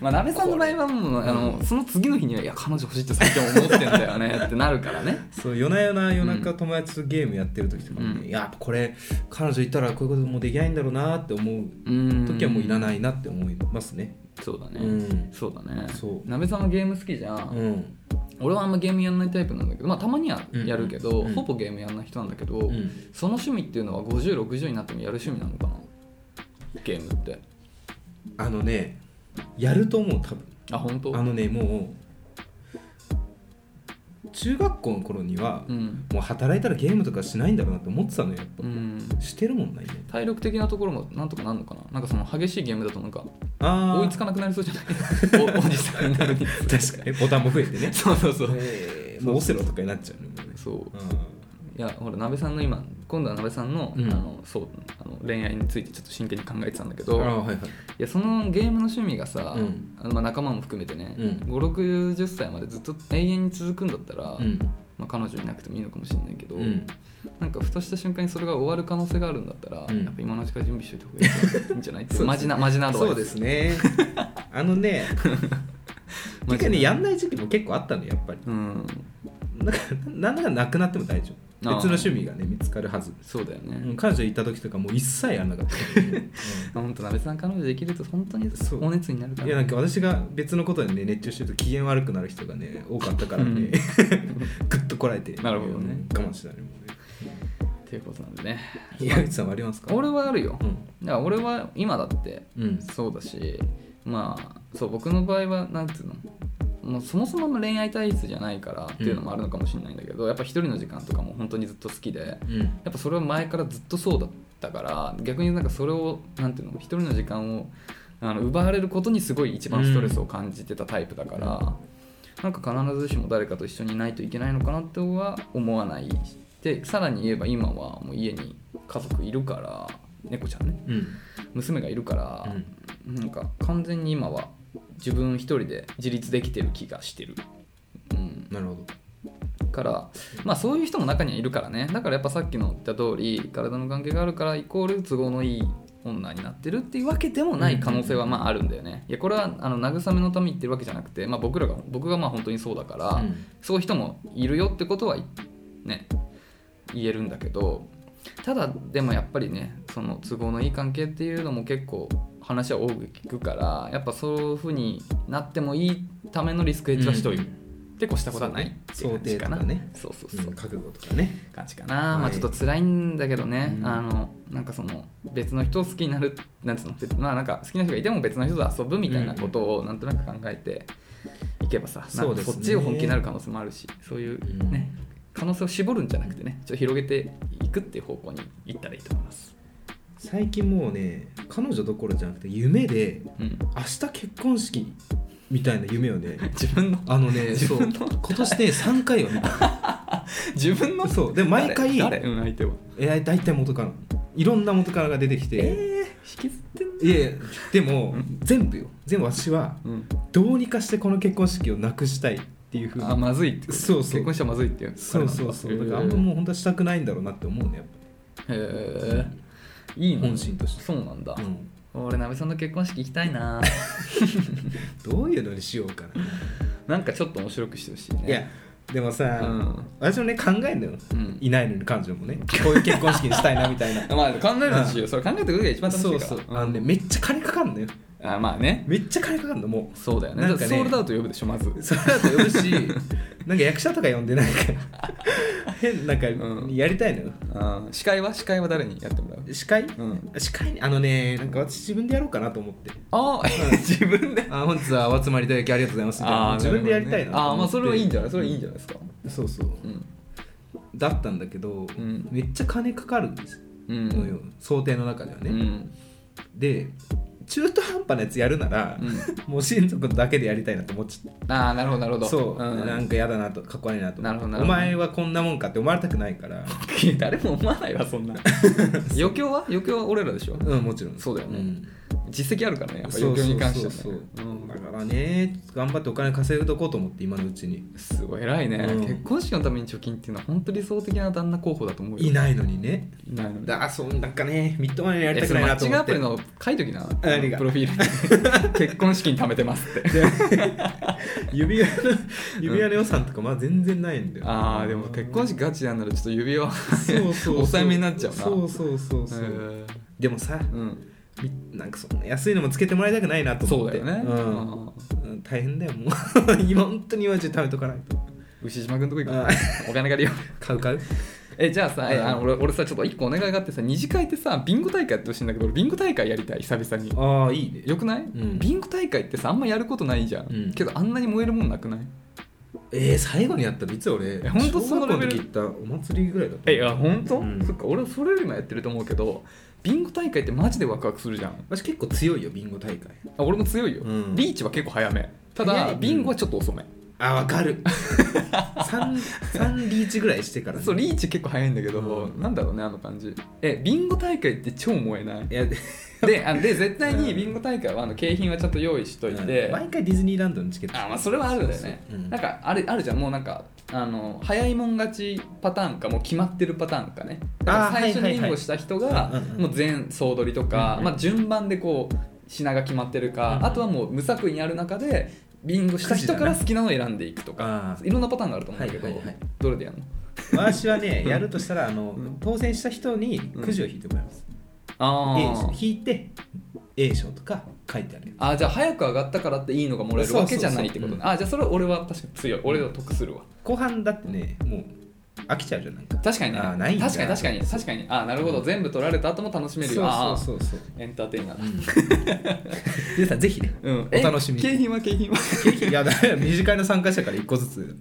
Speaker 2: まあ、鍋さんの場合はもうあのその次の日には「いや彼女欲しいって最近思ってんだ
Speaker 1: (laughs)
Speaker 2: よね」ってなるからね
Speaker 1: そう夜な夜な夜中友達とゲームやってる時とかもね、
Speaker 2: うん
Speaker 1: いややっぱこれ彼女いたらこういうこともできないんだろうなって思う
Speaker 2: うん
Speaker 1: 時はもういらないなって思いますね
Speaker 2: そうだね、
Speaker 1: うん
Speaker 2: そうだね
Speaker 1: そう
Speaker 2: 鍋さんはゲーム好きじゃん、
Speaker 1: うん
Speaker 2: 俺はあんまゲームやんないタイプなんだけどまあたまにはやるけど、
Speaker 1: うんうん
Speaker 2: ほぼゲームやんない人なんだけど、
Speaker 1: うん
Speaker 2: その趣味っていうのは5060になってもやる趣味なのかなゲームって
Speaker 1: あのねやると思う多分
Speaker 2: あ本当
Speaker 1: あのねもう中学校の頃には、
Speaker 2: うん、
Speaker 1: もう働いたらゲームとかしないんだろうなって思ってたのよやっぱ、
Speaker 2: うん、
Speaker 1: してるもんないね
Speaker 2: 体力的なところもなんとかなるのかななんかその激しいゲームだとなんか
Speaker 1: ああ
Speaker 2: 追いつかなくなりそうじゃないおおじさんになるに
Speaker 1: (laughs)
Speaker 2: つれて
Speaker 1: 確かにボタンも増えてね
Speaker 2: そうそうそう
Speaker 1: (laughs) えーもうオセロとかになっちゃうねもうね
Speaker 2: そういやほら鍋さんの今今度は鍋さんの,、
Speaker 1: うん
Speaker 2: あのそうあの恋愛についてちょっと真剣に考えてたんだけ
Speaker 1: う
Speaker 2: ど
Speaker 1: んああはいはい
Speaker 2: いやそのゲームの趣味がさ、
Speaker 1: うん
Speaker 2: あのまあ、仲間も含めてね、
Speaker 1: うん
Speaker 2: 560歳までずっと永遠に続くんだったら、
Speaker 1: うん
Speaker 2: まあ、彼女いなくてもいいのかもしれないけど、
Speaker 1: うん
Speaker 2: なんかふとした瞬間にそれが終わる可能性があるんだったら、
Speaker 1: うん
Speaker 2: やっぱ今のうちから準備しといた方がいいんじゃないって
Speaker 1: (laughs) そうですね
Speaker 2: マジなマジなアドバイ
Speaker 1: そう
Speaker 2: ス
Speaker 1: です (laughs) ねあの
Speaker 2: (laughs)
Speaker 1: ね結構
Speaker 2: マジな
Speaker 1: ねやんない時期も結構あったのよやっぱり
Speaker 2: うん
Speaker 1: なんかなんならなくなっても大丈夫
Speaker 2: ああ
Speaker 1: 別の趣味がね見つかるはず
Speaker 2: そうだよね、
Speaker 1: うん彼女行った時とかもう一切やんなかった、
Speaker 2: (laughs) まあ本当鍋さん彼女できると本当に
Speaker 1: そう
Speaker 2: お熱になるか
Speaker 1: いやな
Speaker 2: ら
Speaker 1: んか私が別のことでね熱中してると機嫌悪くなる人がね多かったから (laughs)
Speaker 2: うん
Speaker 1: ねぐっとこらえて
Speaker 2: なるほどね
Speaker 1: 我慢してたねもうね
Speaker 2: っていうことなんでね
Speaker 1: 矢口さんはありますか
Speaker 2: 俺はあるよ
Speaker 1: う、ん
Speaker 2: だから俺は今だって
Speaker 1: うん
Speaker 2: そうだしまあそう僕の場合はなんていうのもうそもそもの恋愛体質じゃないからっていうのもあるのかもしれないんだけど、やっぱ一人の時間とかも本当にずっと好きでや
Speaker 1: うん
Speaker 2: っぱそれは前からずっとそうだったから逆になんかそれをなんていうの一人の時間をあの奪われることにすごい一番ストレスを感じてたタイプだから、なんか必ずしも誰かと一緒にいないといけないのかなとは思わないでさらに言えば今はもう家に家族いるから猫ちゃんね
Speaker 1: うん
Speaker 2: 娘がいるから
Speaker 1: う、ん
Speaker 2: なんか完全に今は自分一人で自立できてる気がしてる、うん、
Speaker 1: なるほど
Speaker 2: からまあそういう人も中にはいるからねだからやっぱさっきの言った通り体の関係があるからイコール都合のいい女になってるっていうわけでもない可能性はまああるんだよねいやこれはあの慰めのために言ってるわけじゃなくて、まあ、僕らが僕がまあ本当にそうだから、
Speaker 1: うん
Speaker 2: そういう人もいるよってことはね言えるんだけどただでもやっぱりねその都合のいい関係っていうのも結構話は多く聞くからやっぱそういうふうになってもいいためのリスクヘッジはしといて、結構したことはないってい
Speaker 1: 想
Speaker 2: う感じ
Speaker 1: 定
Speaker 2: か
Speaker 1: と
Speaker 2: な
Speaker 1: かね
Speaker 2: そうそう
Speaker 1: う
Speaker 2: そう、
Speaker 1: ん覚悟とかね
Speaker 2: 感じかな、ま
Speaker 1: は
Speaker 2: あ
Speaker 1: い
Speaker 2: ちょっと辛いんだけどね、
Speaker 1: うん
Speaker 2: あのなんかその別の人を好きになるなんつうの別まあなんか好きな人がいても別の人と遊ぶみたいなことをなんとなく考えていけばさ、なん
Speaker 1: そう
Speaker 2: か
Speaker 1: です
Speaker 2: そ
Speaker 1: ね
Speaker 2: っちを本気になる可能性もあるしそういうね、可能性を絞るんじゃなくてねちょっと広げていくっていう方向に行ったらいいと思います。
Speaker 1: 最近もうね彼女どころじゃなくて夢で
Speaker 2: うん、
Speaker 1: 明日結婚式みたいな夢をね
Speaker 2: 自分の (laughs)
Speaker 1: あのね
Speaker 2: 自
Speaker 1: そう
Speaker 2: 分
Speaker 1: 今
Speaker 2: の
Speaker 1: 年ね3回は見た
Speaker 2: 自分の
Speaker 1: そうで毎回
Speaker 2: 誰誰うん相手は
Speaker 1: えー大体元カノいろんな元カノが出てきて、
Speaker 2: えー、引きずってん
Speaker 1: いやいやでも
Speaker 2: うん
Speaker 1: 全部よ全部私は
Speaker 2: うん、
Speaker 1: どうにかしてこの結婚式をなくしたいっていうふう
Speaker 2: あ
Speaker 1: に
Speaker 2: まずいってこと
Speaker 1: そうそう
Speaker 2: 結婚したらまずいっていう
Speaker 1: そうそうそうだからあんま
Speaker 2: も
Speaker 1: もう本当はしたくないんだろうなって思うねやっ
Speaker 2: へえいい
Speaker 1: ぱ
Speaker 2: ね
Speaker 1: 本心として、
Speaker 2: そうなんだ、
Speaker 1: うん、
Speaker 2: 俺鍋さんの結婚式行きたいな
Speaker 1: (laughs) どういうのにしようかな、
Speaker 2: なんかちょっと面白くしてほしいね
Speaker 1: いやでもさ、
Speaker 2: うん、
Speaker 1: 私もね考えるのよ
Speaker 2: うん、
Speaker 1: いないのに彼女もねこういう結婚式にしたいなみたいな
Speaker 2: まあ考えるしよ、それ考えてくるが一番楽しい
Speaker 1: そ
Speaker 2: か
Speaker 1: う
Speaker 2: ら
Speaker 1: そう、
Speaker 2: ん
Speaker 1: あのねめっちゃ金かかんのよ
Speaker 2: あまあね
Speaker 1: めっちゃ金かかんのもう
Speaker 2: そうだよね
Speaker 1: なんかね
Speaker 2: ソールドアウト呼ぶでしょまず
Speaker 1: (laughs) それだと呼ぶしなんか役者とか呼んでないから (laughs) 変なんか
Speaker 2: うん
Speaker 1: やりたいのよ、
Speaker 2: うん司会は司会は誰にやってもらう
Speaker 1: 司会、
Speaker 2: うん
Speaker 1: 司会あのねなんか私自分でやろうかなと思って
Speaker 2: ああ (laughs) 自分で
Speaker 1: あ本日はお集まりいただきありがとうございますみたいな
Speaker 2: あー
Speaker 1: 自分でやりたいな
Speaker 2: るほどねあーまあそれはいいんじゃないそれはいいんじ
Speaker 1: ゃ
Speaker 2: ゃないですか
Speaker 1: ないそうそう
Speaker 2: うん
Speaker 1: だったんだけど、
Speaker 2: ん
Speaker 1: めっちゃ金かかるんです
Speaker 2: うん
Speaker 1: のよ、想定の中では
Speaker 2: う
Speaker 1: ね、
Speaker 2: ん
Speaker 1: で中途半端なやつやるなら、
Speaker 2: う
Speaker 1: もう親族だけでやりたいなと思っちゃっ
Speaker 2: んああなるほどなるほ
Speaker 1: た
Speaker 2: ど
Speaker 1: そう、
Speaker 2: ん
Speaker 1: なんか嫌だなとかっこ悪いなと
Speaker 2: なるほどなる
Speaker 1: お
Speaker 2: ほど
Speaker 1: 前はこんなもんかって思われたくないから
Speaker 2: (laughs) 誰も思わないわそ
Speaker 1: (laughs)
Speaker 2: んな余興は余興は俺らでしょ
Speaker 1: うんもちろん
Speaker 2: そうだよね
Speaker 1: ん
Speaker 2: 実績あるからねやっぱ
Speaker 1: そう
Speaker 2: 余興
Speaker 1: そう
Speaker 2: に関して
Speaker 1: そう
Speaker 2: はね
Speaker 1: そう
Speaker 2: うん
Speaker 1: だからからね頑張ってお金稼いとこうと思って今のうちに
Speaker 2: すごい偉いね、
Speaker 1: うん
Speaker 2: 結婚式のために貯金っていうのは本当理想的な旦那候補だと思うよ
Speaker 1: いないのにね
Speaker 2: いないのに
Speaker 1: だそうなんかねみっともないのやり
Speaker 2: え
Speaker 1: た
Speaker 2: そ
Speaker 1: く
Speaker 2: の
Speaker 1: ないな
Speaker 2: マッ
Speaker 1: と
Speaker 2: チング
Speaker 1: 思っ
Speaker 2: ア
Speaker 1: て
Speaker 2: プリの書いときな
Speaker 1: 何が
Speaker 2: プロフィールに結婚資金貯めてますって
Speaker 1: (laughs) 指輪の (laughs) 指輪の予算とかまあ全然ないんだよ
Speaker 2: ああでも結婚式ガチなんならちょっと指輪は
Speaker 1: そうそうそう
Speaker 2: 抑えめになっちゃうな
Speaker 1: そうそうそうそう、
Speaker 2: へ
Speaker 1: でもさ
Speaker 2: ーうん
Speaker 1: みなんかそんな安いのもつけてもらいたくないなと
Speaker 2: そ
Speaker 1: 思
Speaker 2: う
Speaker 1: って
Speaker 2: だよね、
Speaker 1: うん
Speaker 2: あー
Speaker 1: うん大変だよもう (laughs) 今本当に今中食べとかないと
Speaker 2: 牛島君とこ行こ
Speaker 1: あ
Speaker 2: うお金借りよう
Speaker 1: 買う買う
Speaker 2: えじゃあさ、え
Speaker 1: うん
Speaker 2: あの俺俺さちょっと一個お願いがあってさ二次会ってさビンゴ大会やってほしいんだけど俺ビンゴ大会やりたい久々に
Speaker 1: ああいいね
Speaker 2: よくない、
Speaker 1: ん
Speaker 2: ビンゴ大会ってさあんまやることないじゃん、
Speaker 1: うん
Speaker 2: けどあんなに燃えるもんなくない
Speaker 1: えー、最後にやった実は俺
Speaker 2: えほんとそのレベル
Speaker 1: 小学校の時行ったお祭りぐらいだった
Speaker 2: えいや本当、
Speaker 1: うん
Speaker 2: そっか俺はそれよりもやってると思うけどビンゴ大会ってマジでワクワクするじゃん
Speaker 1: 私結構強いよビンゴ大会
Speaker 2: あ俺も強いよ、
Speaker 1: うん
Speaker 2: リーチは結構早めた
Speaker 1: 早
Speaker 2: だ
Speaker 1: い
Speaker 2: ビンゴはちょっと遅め、
Speaker 1: あわかる (laughs) 三三リーチぐらいしてからね、
Speaker 2: そうリーチ結構早いんだけど、
Speaker 1: うん
Speaker 2: なんだろうねあの感じえビンゴ大会って超燃えない (laughs)
Speaker 1: いや
Speaker 2: であで絶対に
Speaker 1: うん
Speaker 2: ビンゴ大会はあの景品はちゃんと用意しといて、
Speaker 1: 毎回ディズニーランドのチケット
Speaker 2: あまあそれはあるんだよね
Speaker 1: そうそううん
Speaker 2: なんかあれあるじゃんもうなんかあの早いもん勝ちパターンかもう決まってるパターンかねだから
Speaker 1: あー
Speaker 2: 最初
Speaker 1: はいはい
Speaker 2: にビ
Speaker 1: は
Speaker 2: ン
Speaker 1: い
Speaker 2: ゴした人
Speaker 1: うん
Speaker 2: が
Speaker 1: うんうん
Speaker 2: もう全総取りと
Speaker 1: うん
Speaker 2: か
Speaker 1: うん
Speaker 2: まあ順番でこう品が決まってる
Speaker 1: うん
Speaker 2: か
Speaker 1: うん
Speaker 2: あとはもう無作為にある中でビンゴした人から好きなのを選んでいくとか
Speaker 1: あ
Speaker 2: (laughs) いろんなパターンがあると思うんだけど
Speaker 1: はいはいはい
Speaker 2: どれでやるの
Speaker 1: ー私はねやるとしたらあの
Speaker 2: うん
Speaker 1: 当選した人にくじを引いてもらいます、
Speaker 2: あ
Speaker 1: A 引いて A 賞とか書いてある
Speaker 2: あーじゃあ早く上がったからっていいのがもらえるわけじゃないってこと
Speaker 1: そうそうそうう
Speaker 2: ね
Speaker 1: ん
Speaker 2: あーじゃあそれは俺は確かに強い俺は得するわ
Speaker 1: 後半だってねもう飽きちゃうじゃんないか
Speaker 2: 確かにね
Speaker 1: あーないんだ
Speaker 2: 確かに確かに確かにあーなるほど全部取られた後も楽しめるよあー
Speaker 1: そうそうそうそう
Speaker 2: エンターテイナーだ
Speaker 1: 皆さんぜひ
Speaker 2: (laughs)
Speaker 1: ね
Speaker 2: うん
Speaker 1: お楽しみに
Speaker 2: え景品は景品は
Speaker 1: いやだから二次会の参加者から一個ずつ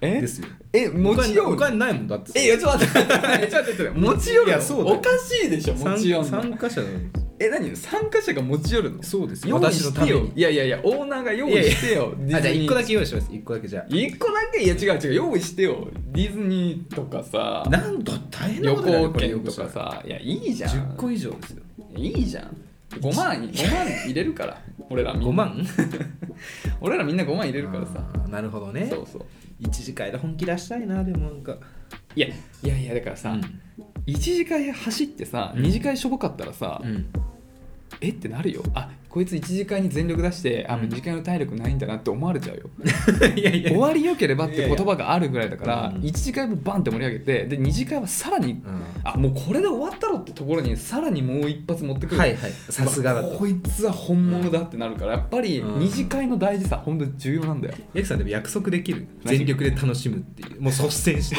Speaker 2: え
Speaker 1: ですよ
Speaker 2: え持ち寄
Speaker 1: お
Speaker 2: る
Speaker 1: 金ないもんだって
Speaker 2: えいやちょっと
Speaker 1: (laughs)
Speaker 2: 待ってえちょっと待って持ち寄る
Speaker 1: い
Speaker 2: の
Speaker 1: やそうだよ
Speaker 2: おかしいでしょ持
Speaker 1: 参
Speaker 2: ち寄るの
Speaker 1: 参加者だよ
Speaker 2: え何参加者が持ち寄るの
Speaker 1: そうです
Speaker 2: 用意
Speaker 1: 私の
Speaker 2: したて
Speaker 1: め
Speaker 2: よ
Speaker 1: に
Speaker 2: いやいやいやオーナーが用意してよディズニー
Speaker 1: あじゃあ一個だけ用意します一個だけじゃ
Speaker 2: 一個だけいや違う違う用意してよディズニーとかさ
Speaker 1: あなんと大変な
Speaker 2: 旅
Speaker 1: ことだよ
Speaker 2: 行
Speaker 1: これ
Speaker 2: 券とかさいやいいじゃん
Speaker 1: 10個以上ですよ
Speaker 2: いいじゃん5万5万
Speaker 1: (laughs)
Speaker 2: 入れるから俺らみんな
Speaker 1: 5万
Speaker 2: 俺らみんな5万入れるからさ
Speaker 1: あーなるほどね
Speaker 2: そうそう
Speaker 1: 一次会で本気出したいなでもなんか
Speaker 2: いやいやいやだからさ、一次会走ってさ
Speaker 1: うん
Speaker 2: 二次会しょぼかったらさ、
Speaker 1: うん
Speaker 2: えってなるよあこいつ一次会に全力出してあ
Speaker 1: うん
Speaker 2: もう二次会の体力ないんだなって思われちゃうよ
Speaker 1: いやいや
Speaker 2: 終わりよければって言葉があるぐらいだか
Speaker 1: いや
Speaker 2: ら
Speaker 1: いやうん
Speaker 2: 一次会もバンって盛り上げてで二次会はさらに
Speaker 1: うん
Speaker 2: あもうこれで終わったろってところにさらにもう一発持ってくる、
Speaker 1: はいはいさすがだ
Speaker 2: うわ
Speaker 1: と
Speaker 2: こいつは本物だってなるからやっぱり
Speaker 1: うん
Speaker 2: 二次会の大事さ本当に重要なんだよ
Speaker 1: ヤクさんでも約束できる
Speaker 2: 何
Speaker 1: 全力で楽しむっていうもう率先して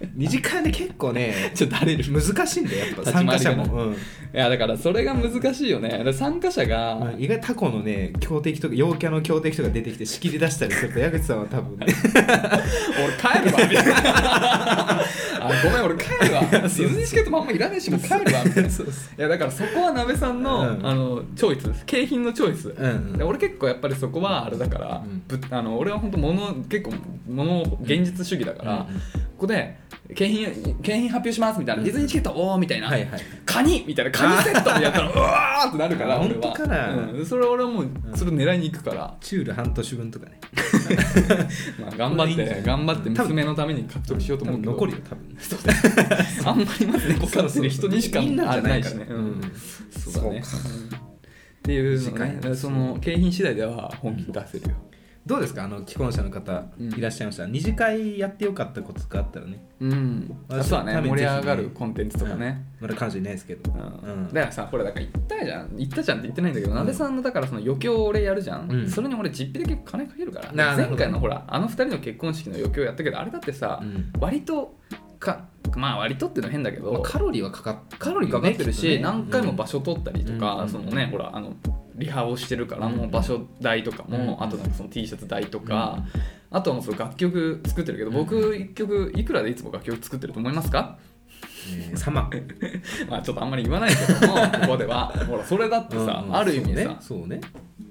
Speaker 2: (laughs)
Speaker 1: 二次会で結構ね
Speaker 2: ちょっとだれる
Speaker 1: 難しいんだよやっぱ
Speaker 2: 立ち
Speaker 1: 参
Speaker 2: 回り
Speaker 1: 加
Speaker 2: が
Speaker 1: 者も、うん
Speaker 2: いやだからそれが難しいよねだから参加者
Speaker 1: まあ
Speaker 2: が
Speaker 1: 意外とタコのね強敵とか陽キャの強敵とか出てきて仕切り出したりすると矢口さんは多分ね
Speaker 2: 俺帰るわみた
Speaker 1: (laughs)
Speaker 2: いなあごめん俺帰るわディズニーチケットもあんまいらないしもう帰るわみたいない
Speaker 1: そうそう
Speaker 2: やだから (laughs) そこはなべさんの,、
Speaker 1: うん
Speaker 2: あのチョイスです景品のチョイス、
Speaker 1: うんうん
Speaker 2: で俺結構やっぱりそこはあれだから、
Speaker 1: うん
Speaker 2: ぶあの俺は本当物結構物現実主義だから、
Speaker 1: うんうん
Speaker 2: ここで景品景品発表しますみたいな、ディズニーチケットおーみたいな、
Speaker 1: はいはい
Speaker 2: カニみたいなカニセットでやったらうわーってなるから
Speaker 1: あ
Speaker 2: 俺は
Speaker 1: 本当かな
Speaker 2: うん、それは俺はもうそれ狙いに行くから、
Speaker 1: チュール半年分とかね
Speaker 2: まあ、頑張っ
Speaker 1: いいんじゃな
Speaker 2: て
Speaker 1: い
Speaker 2: 頑張って
Speaker 1: 多分
Speaker 2: 娘のために獲得しようと思うけど
Speaker 1: 多分残るよ多分
Speaker 2: そうだねあんまり
Speaker 1: (laughs)
Speaker 2: まず猫飼ってる人にしか
Speaker 1: みんなじゃないから
Speaker 2: あれ
Speaker 1: ね
Speaker 2: しね、うんそうだね
Speaker 1: そ
Speaker 2: うんっていうの
Speaker 1: 時間
Speaker 2: ねだからその景品次第では本気出せるよ、
Speaker 1: どうですかあの既婚者の方
Speaker 2: うん
Speaker 1: いらっしゃいました、二次会やってよかったこととかあったらね
Speaker 2: うん、
Speaker 1: まあ
Speaker 2: あとはね
Speaker 1: 多分
Speaker 2: 盛
Speaker 1: ぜ
Speaker 2: り
Speaker 1: ひね
Speaker 2: 上がるコンテンツとかね、
Speaker 1: うんまだ彼女いないですけど、
Speaker 2: う
Speaker 1: うん
Speaker 2: んだからさこれだから言ったじゃん言ったじゃんって言ってないんだけど、
Speaker 1: うん
Speaker 2: なべさんのだからその余興を俺やるじゃん、
Speaker 1: うん
Speaker 2: それに俺実費で結構金かけるから
Speaker 1: なるほ
Speaker 2: 前
Speaker 1: ど
Speaker 2: 回のほらあの二人の結婚式の余興やったけどあれだってさ、
Speaker 1: うん
Speaker 2: 割とかまあ割とっていうのは変だけど、
Speaker 1: まあカロリーはかかっ
Speaker 2: カロリーかかってるし、
Speaker 1: ねきっとね
Speaker 2: 何回も場所取ったりとか、
Speaker 1: うん
Speaker 2: そのねほらあのリハをしてるから、
Speaker 1: うん
Speaker 2: もう場所代とかも、
Speaker 1: うん
Speaker 2: あとなんかその T シャツ代とか、あとはもうその楽曲作ってるけど、僕一曲いくらでいつも楽曲作ってると思いますか (laughs)
Speaker 1: えー様
Speaker 2: まあちょっとあんまり言わないけ
Speaker 1: (laughs)
Speaker 2: どもここではほらそれだってさ、
Speaker 1: うん
Speaker 2: ある意味
Speaker 1: そう
Speaker 2: さ
Speaker 1: ね、そうね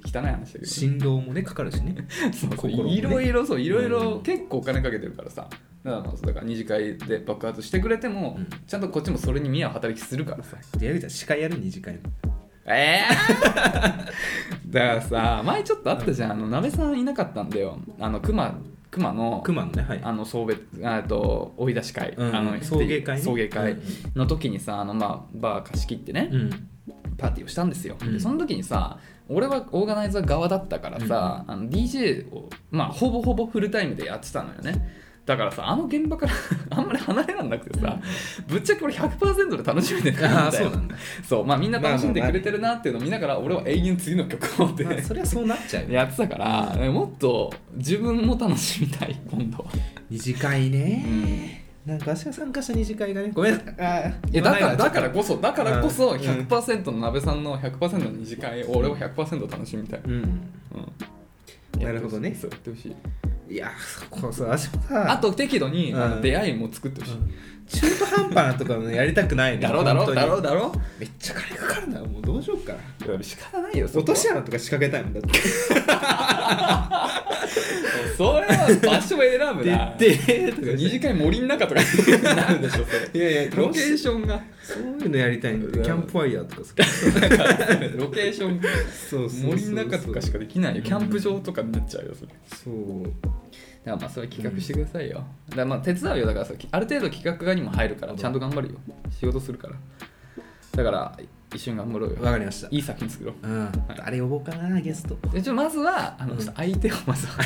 Speaker 2: 汚い話だけど
Speaker 1: 振動もねかかるしね
Speaker 2: (laughs) そうそう
Speaker 1: 心もね
Speaker 2: いろいろそういろいろ
Speaker 1: うん
Speaker 2: 結構お金かけてるからさだからまあだから二次会で爆発してくれても、
Speaker 1: うん
Speaker 2: ちゃんとこっちもそれに見合う働きするからさ
Speaker 1: じゃあ矢口ちゃん司会やる二次会の
Speaker 2: え (laughs) ーだからさ前ちょっとあったじゃんあの鍋さんいなかったんだよあの熊熊の
Speaker 1: 熊のねはい
Speaker 2: あの送別あえっと追い出し会、
Speaker 1: うん
Speaker 2: あの
Speaker 1: 送迎会ね
Speaker 2: 送迎会
Speaker 1: うん
Speaker 2: の時にさあのまあバー貸し切ってね、
Speaker 1: うん
Speaker 2: パーティーをしたんですよ、
Speaker 1: うん
Speaker 2: でその時にさ俺はオーガナイザー側だったからさ、あの DJ を、まあ、ほぼほぼフルタイムでやってたのよねだからさあの現場から (laughs) あんまり離れらんなくてさ、ぶっちゃけ俺100%で楽しめてた
Speaker 1: あ
Speaker 2: ん
Speaker 1: あ
Speaker 2: だ
Speaker 1: そう
Speaker 2: よ
Speaker 1: なんだ、
Speaker 2: (laughs) そうまあみんな楽しんでくれてるなっていうのを見ながら俺は永遠次の曲をって
Speaker 1: まあ、それはそうなっちゃうよ
Speaker 2: やってたからもっと自分も楽しみたい今度は
Speaker 1: 二次会ね、なんか私が参加した二次会がねごめんあ
Speaker 2: えだからだから
Speaker 1: ら
Speaker 2: こそだからこそ
Speaker 1: うん
Speaker 2: 100%の鍋さんの100%の二次会を俺は100%楽しみたい、
Speaker 1: うん
Speaker 2: うん
Speaker 1: なるほどね
Speaker 2: そうやってほしい
Speaker 1: いやそこそう私もさ
Speaker 2: あと適度に、
Speaker 1: うん
Speaker 2: あの出会いも作ってほしい、
Speaker 1: 中途半端なとかもやりたくないね
Speaker 2: だろだろ
Speaker 1: 本当
Speaker 2: だ
Speaker 1: に
Speaker 2: ろだろ
Speaker 1: めっちゃ金かかるなもうどうしようかない
Speaker 2: や仕方ないよそ
Speaker 1: 落
Speaker 2: こと
Speaker 1: し
Speaker 2: は
Speaker 1: 穴とか仕掛けたいもんだって
Speaker 2: それは場所を選ぶな
Speaker 1: ででとか
Speaker 2: 二次
Speaker 1: して
Speaker 2: 会森の中とかになるでしょそれ
Speaker 1: いやいや
Speaker 2: ロケーションが
Speaker 1: そういうのやりたいんだよ
Speaker 2: うん
Speaker 1: キャンプファイヤーとかさ
Speaker 2: ロケーション
Speaker 1: そう
Speaker 2: 森の中とかしかできないよキャンプ場とかになっちゃうよそれ
Speaker 1: そう
Speaker 2: だからまあそれ企画してくださいよ、だからまあ手伝うよだからさある程度企画側にも入るからちゃんと頑張るよ仕事するからだから一緒に頑張ろうよ
Speaker 1: わかりました
Speaker 2: いい作品作ろ
Speaker 1: う
Speaker 2: う
Speaker 1: ん誰呼ぼうかなゲスト
Speaker 2: でちょまずはあの、
Speaker 1: うん
Speaker 2: ちょっと相手をま (laughs) ずは